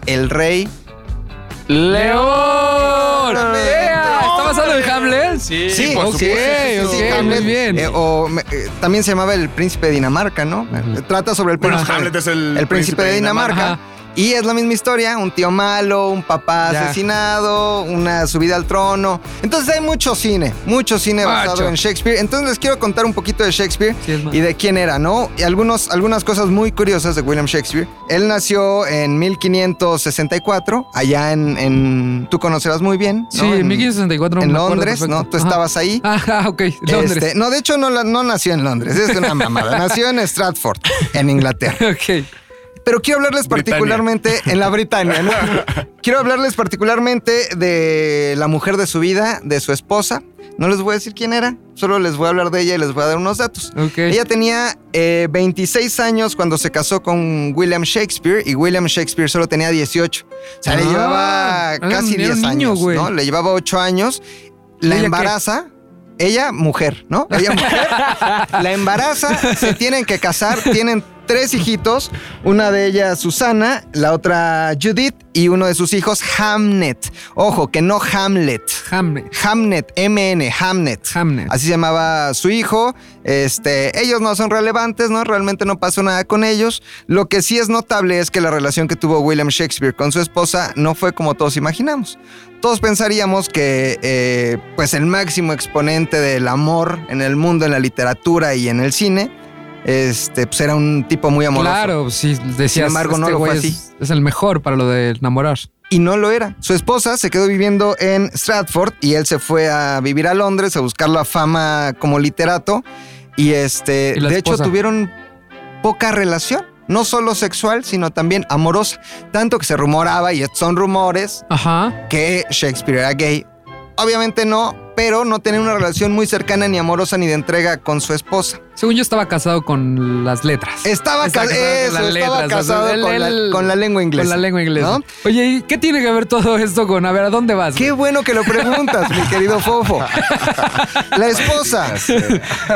El Rey.
¡León! ¡Ea! ¿Está basado en Hamlet?
Sí.
Sí,
por supuesto.
sí, sí, sí,
Ok,
sí,
ok,
Hamlet.
muy bien.
Eh, o, me- eh, también se llamaba El Príncipe de Dinamarca, ¿no? Eh, Trata sobre el
Bueno,
príncipe,
Hamlet es el
príncipe, de Dinamarca. Y es la misma historia, un tío malo, un papá
Ya.
asesinado, una subida al trono. Entonces hay mucho cine, mucho cine
Macho.
basado en Shakespeare. Entonces les quiero contar un poquito de Shakespeare
Sí, es más.
y de quién era, ¿no? Y algunos, algunas cosas muy curiosas de William Shakespeare. Él nació en 1564, allá en... en- tú conocerás muy bien, ¿no?
Sí, en 1564.
en
me acuerdo
Londres,
perfecto.
¿no? Tú
Ajá.
estabas ahí.
Ah, ok, Londres.
Este, no, de hecho no, la- no nació en Londres, es una mamada. nació en Stratford, en Inglaterra.
Ok.
Pero quiero hablarles
Britania.
particularmente en la Britania, ¿no? quiero hablarles particularmente de la mujer de su vida, de su esposa. No les voy a decir quién era, solo les voy a hablar de ella y les voy a dar unos datos.
Ok.
Ella tenía eh, 26 años cuando se casó con William Shakespeare y William Shakespeare solo tenía 18. O sea,
Ah,
le llevaba
era
casi
un- era un
10
niño,
años,
güey.
¿no? Le llevaba 8 años. La
¿Ella qué?
embaraza. Ella, mujer, ¿no? Ella, mujer. la embaraza, se tienen que casar, tienen tres hijitos, una de ellas Susana, la otra Judith y uno de sus hijos Hamnet. Ojo, que no Hamlet.
Hamlet.
Hamnet, MN, Hamnet.
Hamlet.
Así se llamaba su hijo. Este, ellos no son relevantes, ¿no? Realmente no pasó nada con ellos. Lo que sí es notable es que la relación que tuvo William Shakespeare con su esposa no fue como todos imaginamos. Todos pensaríamos que eh, pues el máximo exponente del amor en el mundo, en la literatura y en el cine, este, pues era un tipo muy amoroso.
Claro, sí, decías.
Sin embargo, no
este
lo fue
güey
así.
Es, es el mejor para lo de enamorar.
y no lo era. Su esposa se quedó viviendo en Stratford y él se fue a vivir a Londres a buscar la fama como literato. Y este,
¿Y la
de hecho,
esposa?
tuvieron poca relación, no solo sexual, sino también amorosa. Tanto que se rumoraba, y son rumores,
Ajá.
que Shakespeare era gay. Obviamente no, pero no tenía una relación muy cercana, ni amorosa, ni de entrega con su esposa.
Según yo estaba casado con las letras.
Estaba,
Estaba
ca-
casado con
eso,
las
estaba
letras, o sea,
casado
él-
con, la,
él-
con la lengua inglesa.
Con la lengua inglesa.
¿no?
Oye, ¿y qué tiene que ver todo esto con? A ver, ¿a dónde vas?
Qué
güey?
bueno que lo preguntas, mi querido Fofo. La esposa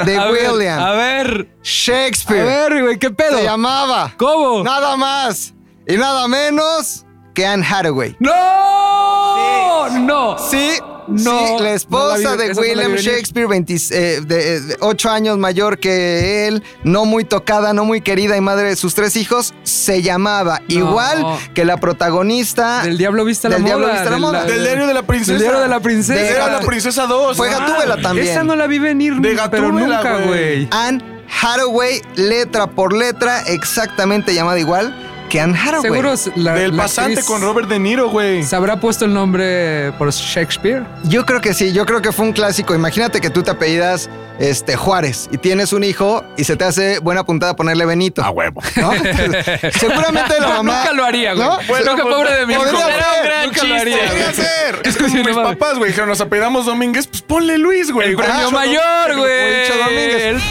de
a ver,
William
a ver. A
Shakespeare
ver, güey, ¿qué pedo?
se llamaba
¿Cómo?
nada más y nada menos que Anne Hathaway.
¡No! ¡No!
Sí,
No,
sí, la
no
esposa
la vi-
de
esa no la vi
William
venir.
Shakespeare, 20 eh, de, eh, de ocho años mayor que él, no muy tocada, no muy querida y madre de sus tres hijos, se llamaba igual que la protagonista
Del diablo viste la
Ah. Del
moda.
diablo viste la moda.
Del diario de la princesa.
Del diario de la princesa.
Del diario de la princesa 2.
Fue Gatúbela también.
Ah, Esa no la vi venir,
De
pero
Gatúbela,
nunca,
güey.
güey.
Anne Hathaway, letra por letra, exactamente llamada igual que Anne Hathaway.
Seguro es la,
Del
la
pasante
actriz
con Robert De Niro, güey.
¿Se habrá puesto el nombre por Shakespeare?
Yo creo que sí, yo creo que fue un clásico. Imagínate que tú te apellidas este, Juárez y tienes un hijo y se te hace buena puntada ponerle Benito.
A huevo.
¿no? Seguramente la mamá.
Nunca lo haría, güey.
¿No?
Nunca, pobre de mi hijo.
podría
Era un gran
Nunca lo haría.
chiste.
Podría ser. Es
Sí,
como
no
mis
mames.
papás, güey. Dijeron, nos apellidamos Domínguez, pues ponle Luis, güey. Ah,
El premio
Guacho,
mayor,
Dom-
güey.
Guacho Domínguez.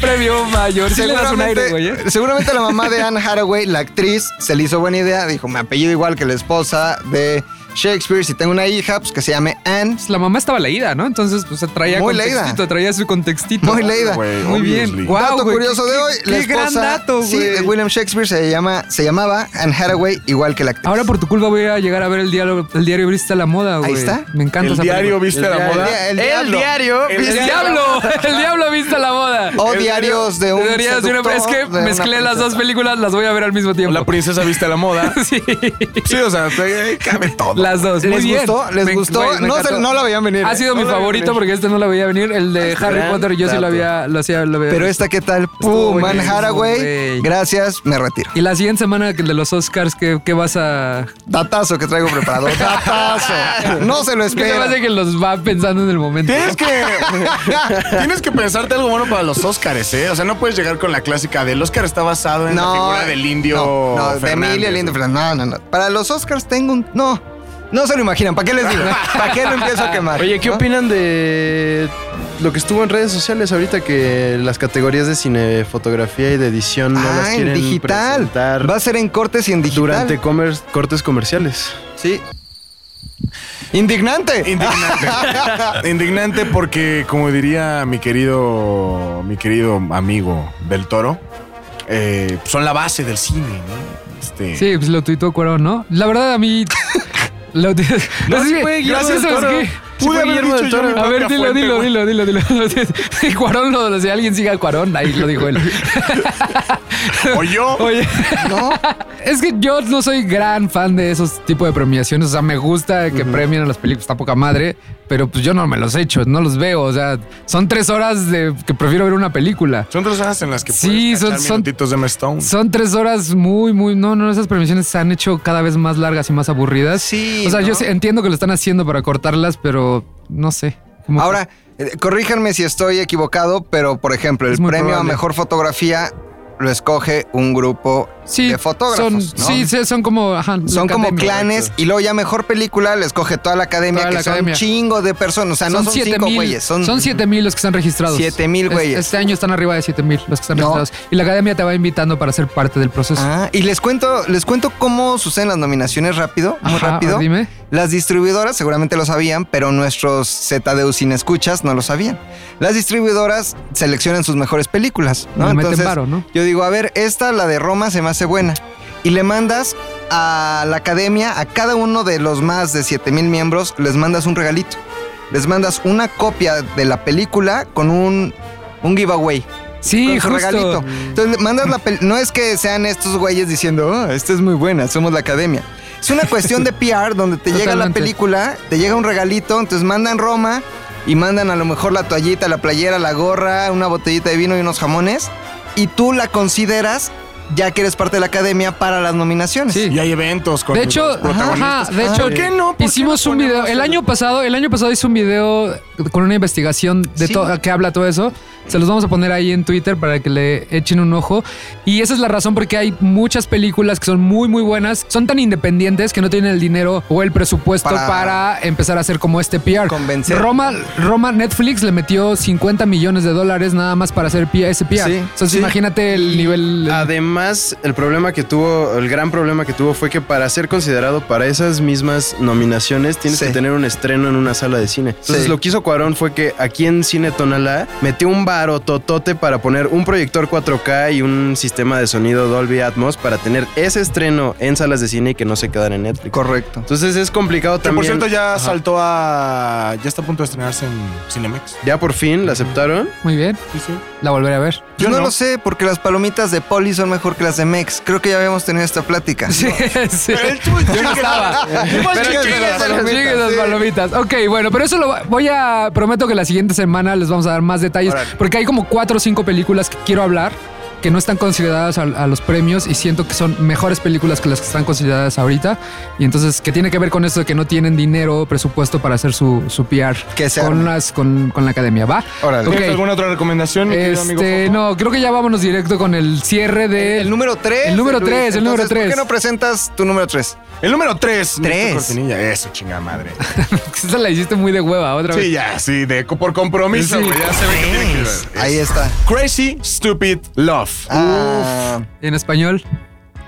Premio mayor. Si le das un aire, güey. ¿eh?
seguramente la mamá de Anne Hathaway, la actriz, se le hizo buena idea. Dijo, me apellido igual que la esposa de Shakespeare. Si tengo una hija, pues que se llame Anne.
Pues La mamá estaba leída, ¿no? Entonces, pues traía
Muy leída.
contextito, traía su contextito.
Muy leída.
Güey,
Muy
obviously.
bien. Guau,
dato
güey,
curioso
qué-
de hoy,
qué-
la
qué gran
esposa
dato,
sí,
güey.
de William Shakespeare se, llama, se llamaba Anne Hathaway igual que la actriz.
Ahora por tu culpa voy a llegar a ver el diario, el diario Vista la Moda, güey.
está.
Me encanta
El
esa
diario,
película.
¿viste
El
la
diario-
moda? Eh,
el
El,
diablo.
diario.
El
¡El diablo! ¡El diablo Vista la Moda!
o
el
diarios de un
Teorías de una-
seductor,
Es que
de una
mezclé las dos
princesa.
películas, las voy a ver al mismo tiempo.
La princesa viste la moda.
sí,
Sí, o sea, te- eh, cabe todo.
las dos. Muy
¿Les
bien.
gustó? ¿Les
Me-
gustó?
güey, me
no, se-
encantó. Ah,
no la veían venir.
Ha
¿eh?
sido mi
No la veían
favorito
venir.
porque este no la veía venir. El de Harry
gran
Potter yo sí lo
dato.
había, lo hacía, lo veía.
Pero
venir.
esta, ¿qué tal?
pues, Estuvo
Pum, Anne
buenísimo,
Hathaway.
güey.
Gracias, me retiro.
Y la siguiente semana que el de los Oscars, ¿qué, qué vas a...?
Datazo que traigo preparado. Datazo. No se lo
¿Qué te
espera.
parece que los va pensando en el momento?
Tienes que, tienes que pensarte algo bueno para los Óscares, ¿eh? O sea, no puedes llegar con la clásica del Óscar está basado en la figura del indio.
No, no, de
Fernández.
Emilio el indio Fernández. No, no, no. Para los Oscars tengo un. No. No se lo imaginan. ¿Para qué les digo? ¿Para qué lo empiezo a quemar?
Oye, ¿qué
¿No?
opinan de lo que estuvo en redes sociales ahorita que las categorías de cine, fotografía y de edición no las
ah, en
quieren
digital.
presentar
Va a ser en cortes y en digital.
durante comer- cortes comerciales?
Sí. Indignante.
Indignante. Indignante porque, como diría mi querido, mi querido amigo del toro, eh, son la base del cine, ¿no? Este,
Sí, pues lo tuitó Cuarón, ¿no? La verdad, a mí... lo tu- no, sí, gracias, ¿sabes qué?
Pude haber dicho yo mi
A
propia
ver, dilo,
fuente,
dilo,
güey.
dilo, dilo, dilo. Cuarón, lo, si alguien sigue a Cuarón, ahí lo dijo él.
O yo.
Oye,
¿No?
es que yo no soy gran fan de esos tipos de premiaciones. O sea, me gusta que premien a las películas, está poca madre, pero pues yo no me los echo, no los veo. O sea, son tres horas de que prefiero ver una película.
Son tres horas en las que
Sí,
puedes
son-
cachar
son-
minutitos de M. Stone.
Son tres horas muy, muy. No, no, esas premiaciones se han hecho cada vez más largas y más aburridas.
Sí,
O sea, yo
¿no?
sí entiendo que lo están haciendo para cortarlas, pero no sé. como que-
Ahora, eh, corríjanme si estoy equivocado, pero por ejemplo, el
Es muy
premio a
probable.
mejor fotografía lo escoge un grupo
sí,
de fotógrafos.
Son,
¿no?
Sí, sí, son como. ajá, la
Son como
academia.
clanes y luego ya mejor película le escoge toda la academia,
Toda la
que son
academia.
un chingo de personas. O sea, no son
siete
cinco
mil-
güeyes. Son,
son siete mil los que están registrados.
Siete mil
Es-
güeyes.
Este año están arriba de 7 mil los que están
No.
registrados. Y la academia te va invitando para ser parte del proceso.
Ah, y les cuento, les cuento cómo suceden las nominaciones rápido, Ah, muy
Ajá,
rápido.
Dime.
Las distribuidoras seguramente lo sabían, pero nuestros ZDU sin escuchas no lo sabían. Las distribuidoras seleccionan sus mejores películas, ¿no?
Le meten varo, ¿no?
yo digo, a ver, esta, la de Roma, se me hace buena. Y le mandas a la academia, a cada uno de los más de 7000 miembros, les mandas un regalito. Les mandas una copia de la película con un, un giveaway.
Sí,
con su
justo.
regalito. Entonces le mandas la pel- No es que sean estos güeyes diciendo, oh, esta es muy buena, somos la academia. Es una cuestión de PR donde te llega la
Totalmente.
película, te llega un regalito, entonces mandan Roma y mandan a lo mejor la toallita, la playera, la gorra, una botellita de vino y unos jamones. Y tú la consideras, ya que eres parte de la academia, para las nominaciones.
Sí.
Y hay eventos con
De
los
hecho, ajá,
protagonistas.
de hecho,
¿Por qué no? ¿Por qué
hicimos
no
un video.
ponemos
El
el-
año pasado, el año pasado hice un video con una investigación de
Sí.
todo que habla todo eso. Se los vamos a poner ahí en Twitter para que le echen un ojo. Y esa es la razón porque hay muchas películas que son muy, muy buenas. Son tan independientes que no tienen el dinero o el presupuesto
Para-
para, empezar a hacer como este PR.
Convencer.
Roma, Roma Netflix le metió 50 millones de dólares nada más para hacer PR, ese PR.
Sí,
Entonces
sí.
imagínate el nivel...
Además, el problema que tuvo, el gran problema que tuvo fue que para ser considerado para esas mismas nominaciones tienes
Sí.
que tener un estreno en una sala de cine. Entonces,
Sí.
lo que hizo Cuarón fue que aquí en Cine Tonalá metió un baro totote para poner un proyector 4K y un sistema de sonido Dolby Atmos para tener ese estreno en salas de cine y que no se quedara en Netflix.
Correcto.
Entonces, es complicado
Que por
también.
cierto ya
Ajá.
saltó a... Ya está a punto de estrenarse en Cinemex.
Ya por fin la aceptaron.
Muy bien,
Sí, sí.
la volveré a ver.
Yo
Yo
no,
no.
lo sé, porque las palomitas de Poli son mejor que las de Mex. Creo que ya habíamos tenido esta plática.
Sí, sí.
Pero el tuyo
Yo no estaba.
Pero
Pero
chingues las palomitas,
chingues las
sí.
palomitas. Ok, bueno, pero eso lo va- voy a. Prometo que la siguiente semana les vamos a dar más detalles.
Órale.
Porque Porque hay como cuatro o cinco películas que quiero hablar que no están consideradas a, a los premios y siento que son mejores películas que las que están consideradas ahorita. Y entonces, que tiene que ver con esto de que no tienen dinero, presupuesto para hacer su, su PR
Que se
con,
arme.
las, con, con la academia, ¿va?
Órale.
Ok.
¿Tienes alguna otra recomendación, mi querido amigo
Este,
Fofo?
no, creo que ya vámonos directo con el cierre de...
El número 3.
El número tres, el número
¿Por
tres.
qué no presentas tu número 3?
El número 3.
Tres.
Eso, chingada madre.
Esa la hiciste muy de hueva otra vez.
Sí, ya, sí, de, por compromiso,
Sí.
güey. Ya se ve que tiene que ver.
Ahí está.
Crazy, stupid, love.
Ah,
En español.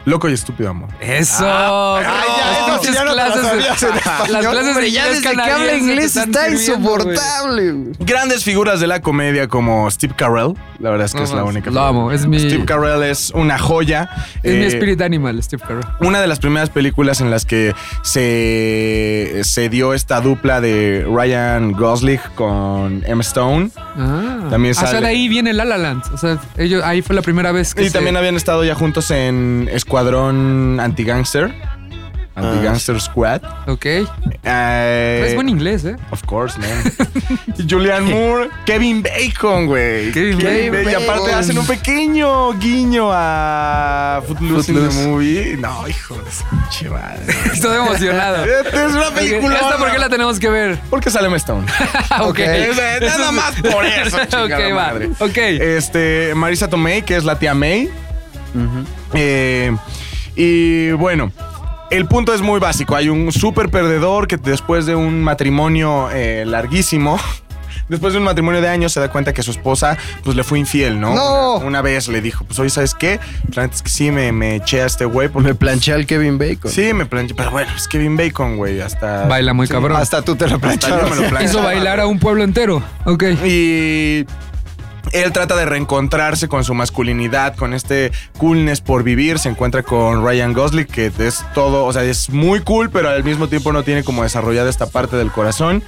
Loco y estúpido amor.
Eso.
ya,
Las
eso sí,
pinches
ya no te las
Ah, clases de-
sabías en
Las
no,
clases
hombre,
de
ya
inglés
desde que habla
canadiense te
inglés
están
está
sirviendo, güey.
insoportable. güey.
Grandes figuras de la comedia como Steve Carell. La verdad es que
No
es la
más.
única.
Lo amo, es mi-
Steve Carell es una joya.
Es mi
Eh,
espíritu animal, Steve Carell.
Una de las primeras películas en las que se, se dio esta dupla de Ryan Gosling con Emma Stone.
Ah.
También
O sea,
sale.
de ahí viene La La Land. O sea, ellos, ahí fue la primera vez que
Y
se-
también habían estado ya juntos en Escuadrón Anti-Gangster.
Ah.
Anti-Gangster Squad.
Ok.
Eh,
es buen inglés, ¿eh?
Of course, man. Julian Moore, Kevin Bacon, güey.
Kevin
Y
Bacon.
aparte hacen un pequeño guiño a Footloose, in the Movie. No, hijo de su pinche madre.
Estoy emocionado.
Esta es una película.
¿Esta por qué la tenemos que ver?
Porque sale Emma Stone.
Ah, ok.
Ok.
Es- eh, nada más por eso, chingada
ok, va.
madre.
Ok.
Este, Marisa Tomei, que es la tía May. Eh, y bueno. El punto es muy básico. Hay un súper perdedor que después de un matrimonio eh, larguísimo, después de un matrimonio de años, se da cuenta que su esposa pues le fue infiel, ¿no?
¡No!
Una, una vez le dijo, pues oye, ¿sabes qué? La neta es que sí me, me eché a este güey porque...
Me planché al Kevin Bacon.
Sí, me planché, pero bueno, es Kevin Bacon, güey, hasta...
Baila muy cabrón.
Hasta tú te lo
hasta yo me
plancharon.
lo
Hizo
planchaba,
bailar a un pueblo entero. Ok.
Y él trata de reencontrarse con su masculinidad, con este coolness por vivir. Se encuentra con Ryan Gosling, que es todo, o sea, es muy cool, pero al mismo tiempo no tiene como desarrollada esta parte del corazón.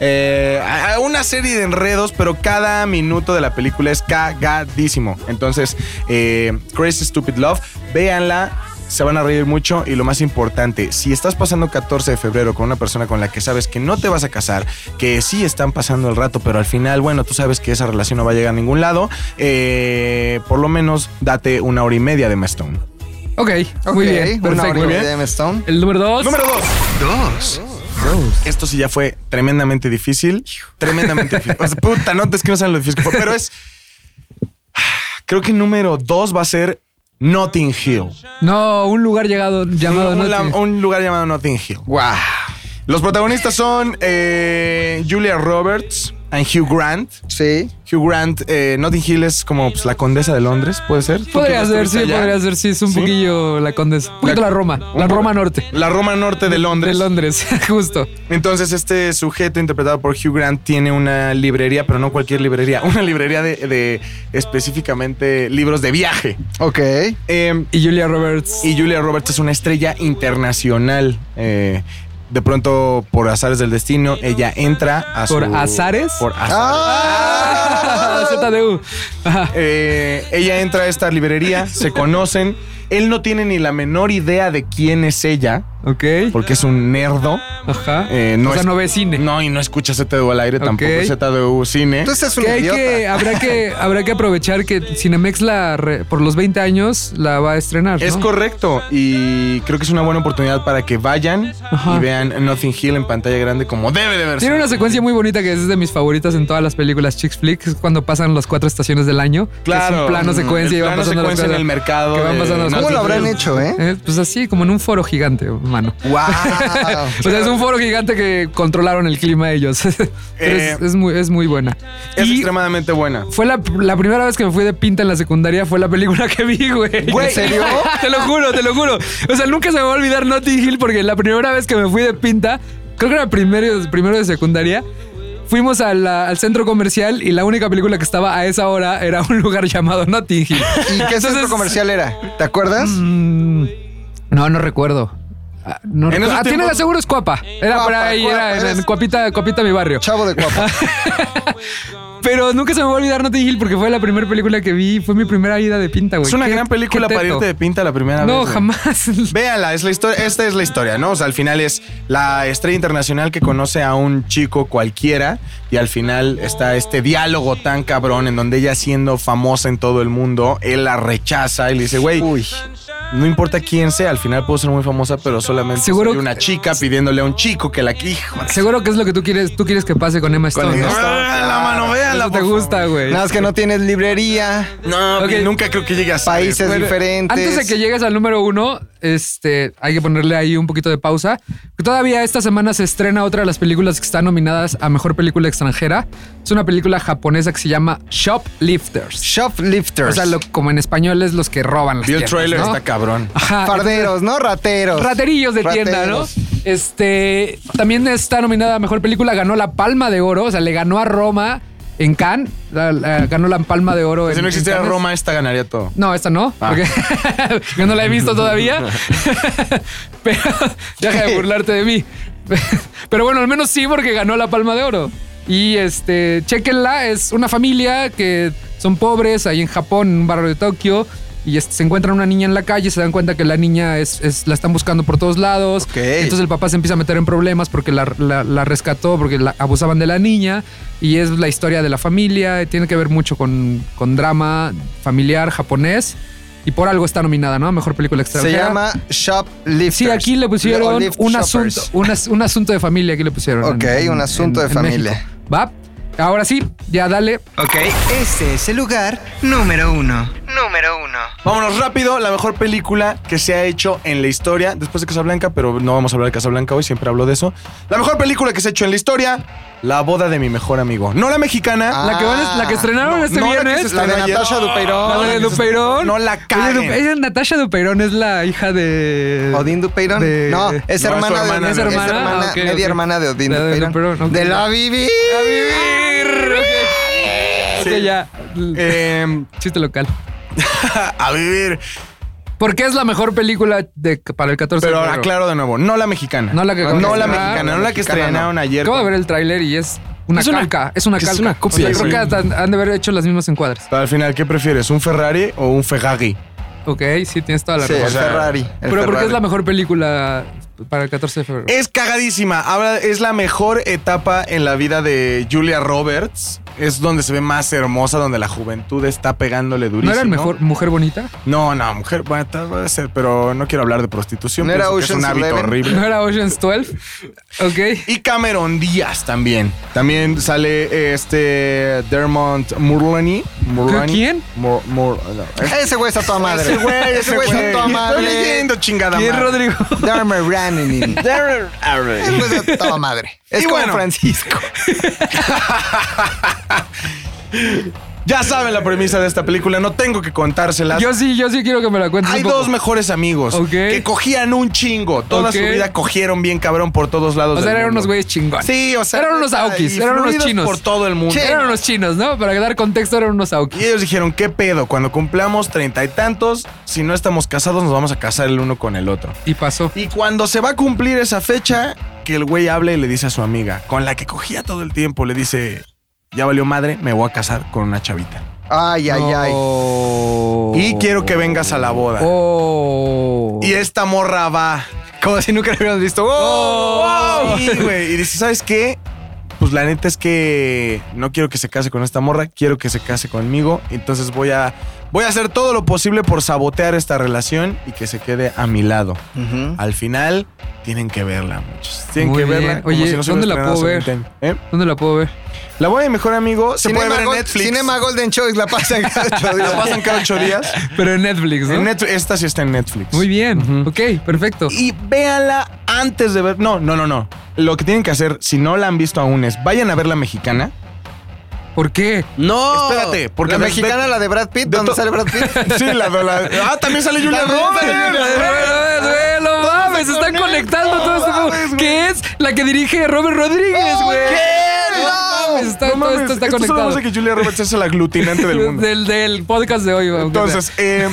Eh, a- a una serie de enredos, pero cada minuto de la película es cagadísimo. Entonces, eh, Crazy Stupid Love, véanla. Se van a reír mucho y lo más importante, si estás pasando 14 de febrero con una persona con la que sabes que no te vas a casar, que sí están pasando el rato, pero al final, bueno, tú sabes que esa relación no va a llegar a ningún lado, eh, por lo menos date una hora y media de Mastone.
Ok. Muy
Ok,
bien.
Una
Perfecto.
hora y media de Emma Stone.
El número dos.
Número 2.
Dos.
Esto sí ya fue tremendamente difícil. Tremendamente difícil. O sea, puta, no, es que no saben lo difícil que fue, pero es... Creo que número 2 va a ser Notting Hill.
No, un lugar llegado llamado.
un,
no
la-
tiene-
un lugar llamado Notting Hill.
Guau.
Los protagonistas son eh, Julia Roberts and Hugh Grant.
Sí.
Hugh Grant, eh, Notting Hill es como pues, la condesa de Londres, ¿puede ser? ¿Tú que
Podría
ya
ser, sí,
estuviste allá?
podría ser, sí. Es un
¿Sí?
poquillo la condesa. Un poquito la Roma. La Roma Norte.
La Roma Norte de Londres.
De Londres, justo.
Entonces este sujeto interpretado por Hugh Grant tiene una librería, pero no cualquier librería, una librería de, de específicamente libros de viaje.
Ok.
Eh,
Y Julia Roberts.
y Julia Roberts es una estrella internacional. Eh, de pronto, por azares del destino, ella entra a
¿Por
su-
azares?
Por azares.
Ah.
ZDU. Ajá.
Eh, ella entra a esta librería, se conocen. Él no tiene ni la menor idea de quién es ella,
Ok.
porque es un nerdo.
Ajá.
Eh, no
o sea,
es-
no ve cine.
No, y no escucha ZDU al aire,
Ok.
tampoco ZDU cine.
Entonces es un
Que hay
idiota.
que, habrá que, habrá que aprovechar que Cinemex la re- por los 20 años la va a estrenar.
Es
¿no?
correcto y creo que es una buena oportunidad para que vayan
Ajá.
y vean Nothing Hill en pantalla grande como debe de verse.
Tiene una secuencia muy bonita que es de mis favoritas en todas las películas Chicks Flick, es cuando pasan las cuatro estaciones del año. que
Claro.
Es un plano secuencia
El
y van
plano
pasando las
secuencia en
cosas.
el mercado
que van
de
pasando las
Nothing
¿Cómo lo habrán
Hill.
hecho, eh?
Eh, pues así, como en un foro gigante, mano.
Wow.
O sea, es un foro gigante que controlaron el clima ellos. Pero es,
Eh,
es muy, es muy buena.
Es
Y
extremadamente buena.
fue la, la primera vez que me fui de pinta en la secundaria, fue la película que vi, güey.
Güey, ¿en serio?
te lo juro, te lo juro. O sea, nunca se me va a olvidar Notting Hill porque la primera vez que me fui de pinta, creo que era primero, primero de secundaria. Fuimos a la- al centro comercial y la única película que estaba a esa hora era un lugar llamado Notting Hill.
¿Y qué centro comercial era? ¿Te acuerdas?
Mm, no, no recuerdo. Ah, No
En
recuerdo.
esos
Ah, tiene
tiempos-
la seguro es Cuapa. Era
Cuapa,
por ahí,
Cuapa,
era en- en,
eres-
Ah,
Cuapita, Cuapita mi barrio.
Chavo de guapa.
Pero nunca se me va a olvidar Notting Hill porque fue la primera película que vi. Fue mi primera ida de pinta, güey.
Es una
Qué-
gran película
qué
para
teto.
irte de pinta la primera vez.
No,
güey.
jamás.
Véanla, es la historia, esta es la historia, ¿no? O sea, al final es la estrella internacional que conoce a un chico cualquiera y al final está este diálogo tan cabrón en donde ella siendo famosa en todo el mundo, él la rechaza y le dice, güey, no importa quién sea, al final puedo ser muy famosa, pero solamente
Seguro
soy una chica pidiéndole a un chico que la quijo.
Seguro que es lo que tú quieres, tú quieres que pase con Emma Stone. ¿no? Ah,
La mano, véanla,
Eso te
por
gusta, güey.
Nada más que no tienes librería,
No,
Ok.
nunca creo que llegue a ser.
países
Bueno,
diferentes.
Antes de que llegues al número uno, este, hay que ponerle ahí un poquito de pausa. Todavía esta semana se estrena otra de las películas que están nominadas a Mejor Película Extranjera. Es una película japonesa que se llama Shoplifters.
Shoplifters.
O sea, lo- como en español es los que roban las
Vi el
tiendas,
trailer, Ah,
¿no?
está cabrón.
Ajá,
Farderos, ¿no? Rateros.
Raterillos de tienda, ¿no?
Rateros.
Este también está nominada a mejor película, ganó la Palma de Oro, o sea, le ganó a Roma en Cannes, la- la- ganó la Palma de Oro. en-
pues Si no
en
existiera
Cannes.
Roma, esta ganaría todo.
No, esta no,
Ah.
porque yo no la he visto todavía. Pero deja de burlarte de mí. Pero bueno, al menos sí, porque ganó la Palma de Oro. Y este, chequenla, es una familia que son pobres ahí en Japón, en un barrio de Tokio. Y este, se encuentran una niña en la calle, se dan cuenta que la niña es, es- la están buscando por todos lados.
Ok.
Entonces el papá se empieza a meter en problemas porque la, la- la rescató, porque la abusaban de la niña. Y es la historia de la familia, y tiene que ver mucho con, con drama familiar japonés. Y por algo está nominada, ¿no? A Mejor película
Se
extranjera.
llama Shoplifters.
Sí, aquí le pusieron
O Lift
un
Shoppers.
asunto, un, as- un asunto de familia. Aquí le pusieron.
Ok, un asunto de familia.
México. Va. Ahora sí, ya dale.
Ok, este es el lugar número uno. Número uno.
Vámonos rápido, la mejor película que se ha hecho en la historia, después de Casablanca, pero no vamos a hablar de Casablanca hoy, siempre hablo de eso. La mejor película que se ha hecho en la historia, La boda de mi mejor amigo. No la mexicana,
Ah,
la, que van a- la que estrenaron este
no la que
viernes.
se estrenó ayer.
Dupeirón.
La de Dupeirón.
No la
Oye,
caguen.
Dupe- ella, Natasha Dupeirón es la hija de.
¿Odín Dupeirón?
de-
No,
No,
es hermana,
es su hermana,
de
¿no?
es hermana,
¿Es hermana? Ah, ok,
media
ok.
hermana de Odín
La de
Dupeirón.
Dupeirón, ok.
De la Vivi.
Sí. ya.
Eh,
Chiste local.
a vivir.
Porque es la mejor película de, para el 14
Pero
de febrero.
aclaro de nuevo, no la mexicana.
No la que-
No la
Ah,
mexicana, no la que
mexicana,
estrenaron ayer.
Acabo de ver el tráiler y es una
Es una-
calca. es una
es
calca.
una copia,
O sea, creo
güey.
que hasta han han de haber hecho las mismas encuadres.
Pero al final, ¿qué prefieres? ¿Un Ferrari o un Ferrari?
Ok, sí, tienes toda la
Sí,
razón.
el Ferrari. el
Pero porque
Ferrari.
es la mejor película para el 14 de febrero.
este Es cagadísima. Ahora es la mejor etapa en la vida de Julia Roberts. Es donde se ve más hermosa, donde la juventud está pegándole
¿No
durísimo.
era el mejor mujer bonita?
No, no, mujer, bueno, tal- puede ser, pero no quiero hablar de prostitución.
¿No era
pienso que es un
Ocean's
hábito
Eleven?
horrible.
¿No era Ocean's 12? Ok.
Y Cameron Díaz también. También sale eh, este Dermont Murlani. Murlani.
¿Quién?
Mur- Mur- no.
Ese güey está toda madre.
Ese güey, ese güey.
está toda
Estoy
madre.
leyendo, chingada
¿Quién,
madre.
Rodrigo?
Dermer Raninin. Ese güey está toda madre. Es
Y
como
bueno.
Francisco.
Ya saben la premisa de esta película, no tengo que contárselas.
Yo sí, yo sí quiero que me la cuentes.
Hay
un poco.
dos mejores amigos
Ok.
que cogían un chingo. Toda
Ok.
su vida cogieron bien cabrón por todos lados.
O sea,
del
eran
mundo.
unos güeyes chingones.
Sí, o sea.
Eran unos
neta,
aukis,
y
eran unos
fluidos
chinos.
Por todo el mundo.
Eran unos chinos, ¿no? Para dar contexto, eran unos
Y
aoki.
ellos dijeron, ¿qué pedo? Cuando cumplamos treinta y tantos, si no estamos casados, nos vamos a casar el uno con el otro.
Y pasó.
Y cuando se va a cumplir esa fecha, que el güey habla y le dice a su amiga, con la que cogía todo el tiempo, le dice, ya valió madre, me voy a casar con una chavita.
Ay, ay, ay.
Oh.
Y quiero que vengas a la boda.
Oh.
Y esta morra va.
Como si nunca lo hubieran visto.
¡Wow! ¡Oh! Sí, güey. Y dice, ¿sabes qué? Pues la neta es que no quiero que se case con esta morra, quiero que se case conmigo. Entonces voy a, voy a hacer todo lo posible por sabotear esta relación y que se quede a mi lado.
Ujú.
Al final, tienen que verla, muchos. Tienen
Muy
que verla.
bien. Oye,
se
¿dónde
hubiera
la
estrenado
puedo
hace
ver?
20 años, ¿eh?
¿Dónde la puedo ver?
La voy de mejor amigo. Se
Cinema
puede ver en
Gold-
Netflix.
Cinema Golden Choice la pasan cada ocho días.
La pasan cada ocho días.
Pero en Netflix, ¿no?
En Netflix- esta sí está en Netflix.
Muy bien. Ok, perfecto.
Y véanla antes de ver. No, no, no, no. Lo que tienen que hacer, si no la han visto aún, es vayan a ver la mexicana.
¿Por qué?
No.
Espérate, porque
La
de-
mexicana, la de Brad Pitt,
de
¿dónde
to-
sale Brad Pitt?
de- sí, la, la- Ah, también sale Julia
También
Roberts.
sale Julia
Duelo, duelo, mames, se están conectando todo este juego. ¿Qué es? La que dirige Robert Rodríguez, güey. No mames, está-
No
todo
mames,
esto está
esto solo
conectado.
hace que Julia Roberts es el aglutinante del mundo.
Del, del podcast de hoy, güey.
Entonces, eh,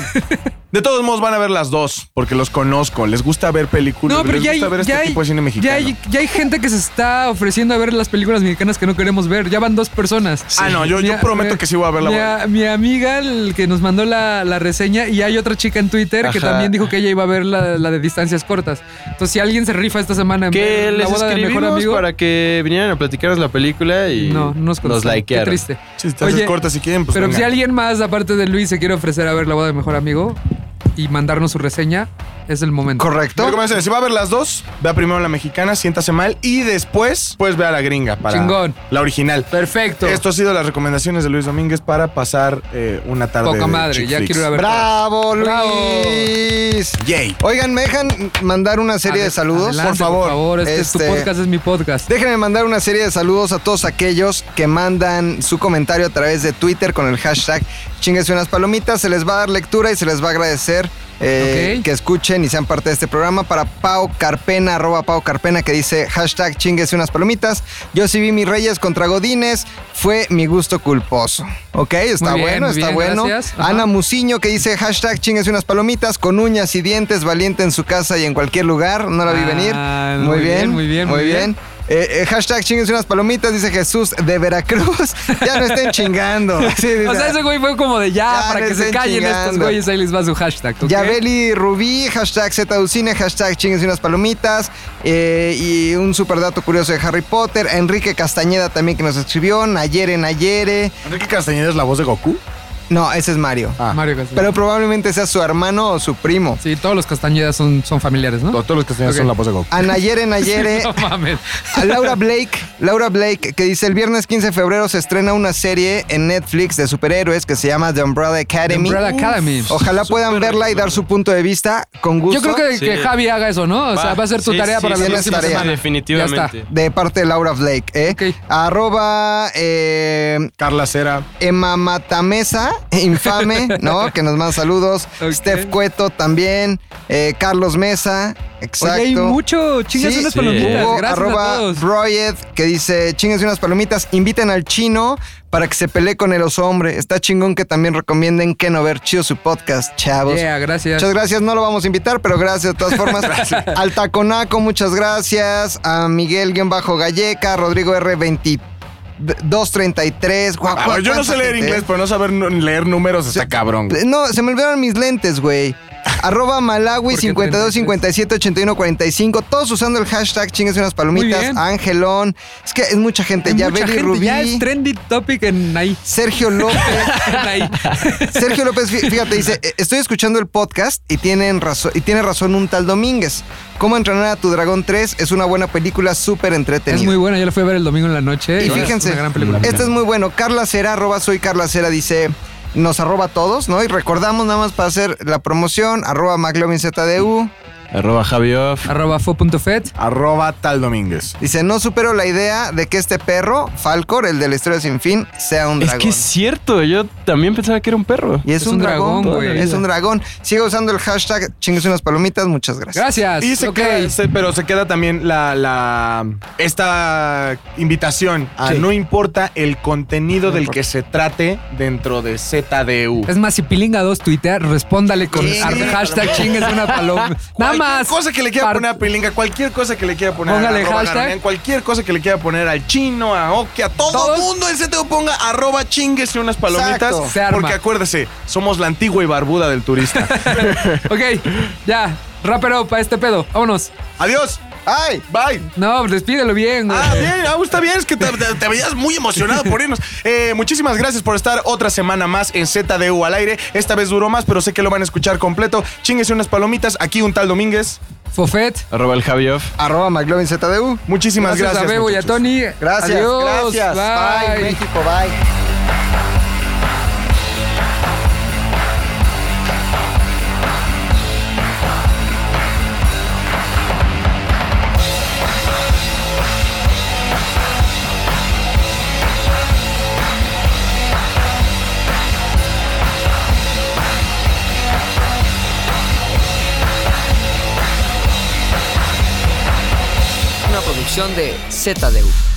De todos modos van a ver las dos, porque los conozco. Les gusta ver películas,
No, pero
les
ya hay,
gusta ver este
ya, hay,
tipo de cine mexicano.
ya, hay, ya hay gente que se está ofreciendo a ver las películas mexicanas que no queremos ver. Ya van dos personas.
Ah, no, yo- yo prometo que sí voy a verla,
Mi,
voy a
a- mi amiga, el que nos mandó la, la reseña, y hay otra chica en Twitter que
Ajá.
también dijo que ella iba a ver la, la de distancias cortas. Entonces, si alguien se rifa esta semana en
Que
ver la
les
boda del mejor
escribimos
amigo,
para que vinieran a platicarnos la película y
no, no nos
nos,
contestaron. Qué
likearon.
triste.
Si te haces
Oye,
corta si quieren, pues
Pero
venga.
si alguien más, aparte de Luis, se quiere ofrecer a ver la boda del mejor amigo y mandarnos su reseña, es el momento.
Correcto.
Recomendaciones, Si va a ver las dos, vea primero la mexicana, siéntase mal y después, pues vea la gringa para
Chingón.
la original.
Perfecto.
Esto ha sido las recomendaciones de Luis Domínguez para pasar eh, una tarde.
Poca
de
madre,
chick
ya
flicks.
quiero ir a ver.
Bravo,
Bravo.
Luis.
Yay.
Oigan, ¿me dejan mandar una serie de
Ade-
saludos?
adelante,
por favor.
Por favor, este, es tu
Este,
podcast, es mi podcast.
Déjenme mandar una serie de saludos a todos aquellos que mandan su comentario a través de Twitter con el hashtag chinguese unas palomitas. Se les va a dar lectura y se les va a agradecer eh,
Ok.
que escuchen y sean parte de este programa. Para Pau Carpena, arroba Pau Carpena, que dice hashtag chinguese unas palomitas. Yo sí vi mis reyes contra Godines. Fue mi gusto culposo. Ok, está
Muy bien,
bueno,
muy
está
bien,
bueno.
gracias. Ajá.
Ana Musiño que dice hashtag chinguese unas palomitas con uñas y dientes, valiente en su casa y en cualquier lugar. No la vi
Ah,
venir.
muy bien, muy bien, muy bien.
Eh, eh, hashtag chinguense unas palomitas, dice Jesús de Veracruz. Ya no estén chingando. Sí, dice,
O sea, ese güey fue como de ya,
Ya
para
le
que se
estén
callen estos
chingando.
güeyes, ahí les va su hashtag. ¿ok?
Yabeli Rubí, hashtag ZDucine, hashtag chinguense unas palomitas. eh, y un super dato curioso de Harry Potter. Enrique Castañeda también que nos escribió. Nayere Nayere.
Enrique Castañeda es la voz de Goku.
No, ese es Mario.
Ah.
Mario Castañeda.
Pero probablemente sea su hermano o su primo.
Sí, todos los Castañedas son, son familiares, ¿no?
Todos los Castañedas
Ok.
son la voz de Goku.
A Nayere Nayere.
No mames.
A Laura Blake, Laura Blake, que dice el viernes 15 de febrero se estrena una serie en Netflix de superhéroes que se llama The Umbrella Academy.
Umbrella Academy.
Ojalá puedan
Súper
verla y dar su punto de vista con
Yo
gusto.
creo que,
Sí.
que Javi haga eso, ¿no? O sea, va a ser tu
sí,
tarea
sí,
para
sí,
la
tienes
próxima
tarea.
semana. Ya
Definitivamente.
está.
de parte de Laura Blake, ¿eh?
Ok.
Arroba eh,
Carla Cera.
Emma Matamesa, infame, ¿no? Que nos manda saludos.
Ok.
Steph Cueto también. eh, Carlos Mesa, exacto.
Oye, hay mucho. Chingas
Sí,
unas
sí.
palomitas.
Hugo,
Gracias
arroba
a todos.
Broyed, que dice, chinguense unas palomitas, inviten al chino para que se pelee con el oso hombre. Está chingón que también recomienden que no ver chido su podcast, chavos.
Yeah, gracias.
Muchas gracias, no lo vamos a invitar, pero gracias de todas formas. Al Taconaco, muchas gracias. A Miguel-Galleca, Rodrigo R2233. Guau,
Ah,
guau,
yo no sé
cuánta
leer
gente,
inglés,
eh.
pero no saber nu- leer números está cabrón. güey.
No, se me olvidaron mis lentes, güey. Arroba Malawi
¿Por qué
52 57 81 45. Todos usando el hashtag chingues unas
Muy
palomitas.
bien.
Angelón. Es que es mucha gente.
Hay
Ya
mucha
Beli
gente,
Rubí.
Ya es trendy topic en ahí.
Sergio López.
En ahí.
Sergio López, fí- fíjate, dice, "Eh, estoy escuchando el podcast y, tienen razón, y tiene razón un tal Domínguez. ¿Cómo entrenar a tu dragón 3? Es una buena película súper entretenida.
Es muy buena, yo la fui a ver el domingo en la noche.
Y
es
fíjense,
una gran película.
este es muy bueno. Carla Cera, arroba soy Carla Cera, dice, nos arroba a todos, ¿no? Y recordamos nada más para hacer la promoción, arroba McLovinZDU.
Arroba Javioff.
Arroba fo.fet.
Arroba tal Domínguez.
Dice, no supero la idea de que este perro, Falcor, el de la historia sin fin, sea un
Es
dragón.
que es cierto, yo también pensaba que era un perro.
Y es, un, dragón,
güey.
Es un dragón. Sigue usando el hashtag chingues unas palomitas. Muchas gracias.
Gracias.
Y se
Ok.
queda- se- pero se queda también la, la- esta invitación a
Sí.
no importa el contenido del
importa.
que se trate dentro de ZDU.
Es más, si Pilinga 2 tuitea, respóndale con
Sí,
ar- hashtag chingues una paloma. Nada
Cualquier
más.
cosa que le quiera
Par-
poner a Pilinga, cualquier cosa que le quiera poner
Póngale
a arroba
hashtag.
Garonen, cualquier cosa que le quiera poner al chino, a Oki, a todo
Todos.
mundo en ZDU ponga arroba chingues y unas palomitas.
Exacto.
Se arma.
Porque acuérdese, somos la antigua y barbuda del turista.
Ok, ya. Rapero para este pedo. Vámonos.
Adiós.
¡Ay!
Bye.
No, despídelo bien, güey.
Ah, bien, ah, está bien, es que te, te- te veías muy emocionado por irnos. Eh, muchísimas gracias por estar otra semana más en ZDU al aire. Esta vez duró más, pero sé que lo van a escuchar completo. Chinguese unas palomitas, aquí un tal Domínguez.
Fofet.
Arroba el Javioff.
Arroba McLovinZDU.
Muchísimas
Gracias,
gracias.
a Bebo y a
muchachos.
Tony.
Gracias.
Adiós.
Gracias.
Bye.
México, bye.
Una producción de ZDU.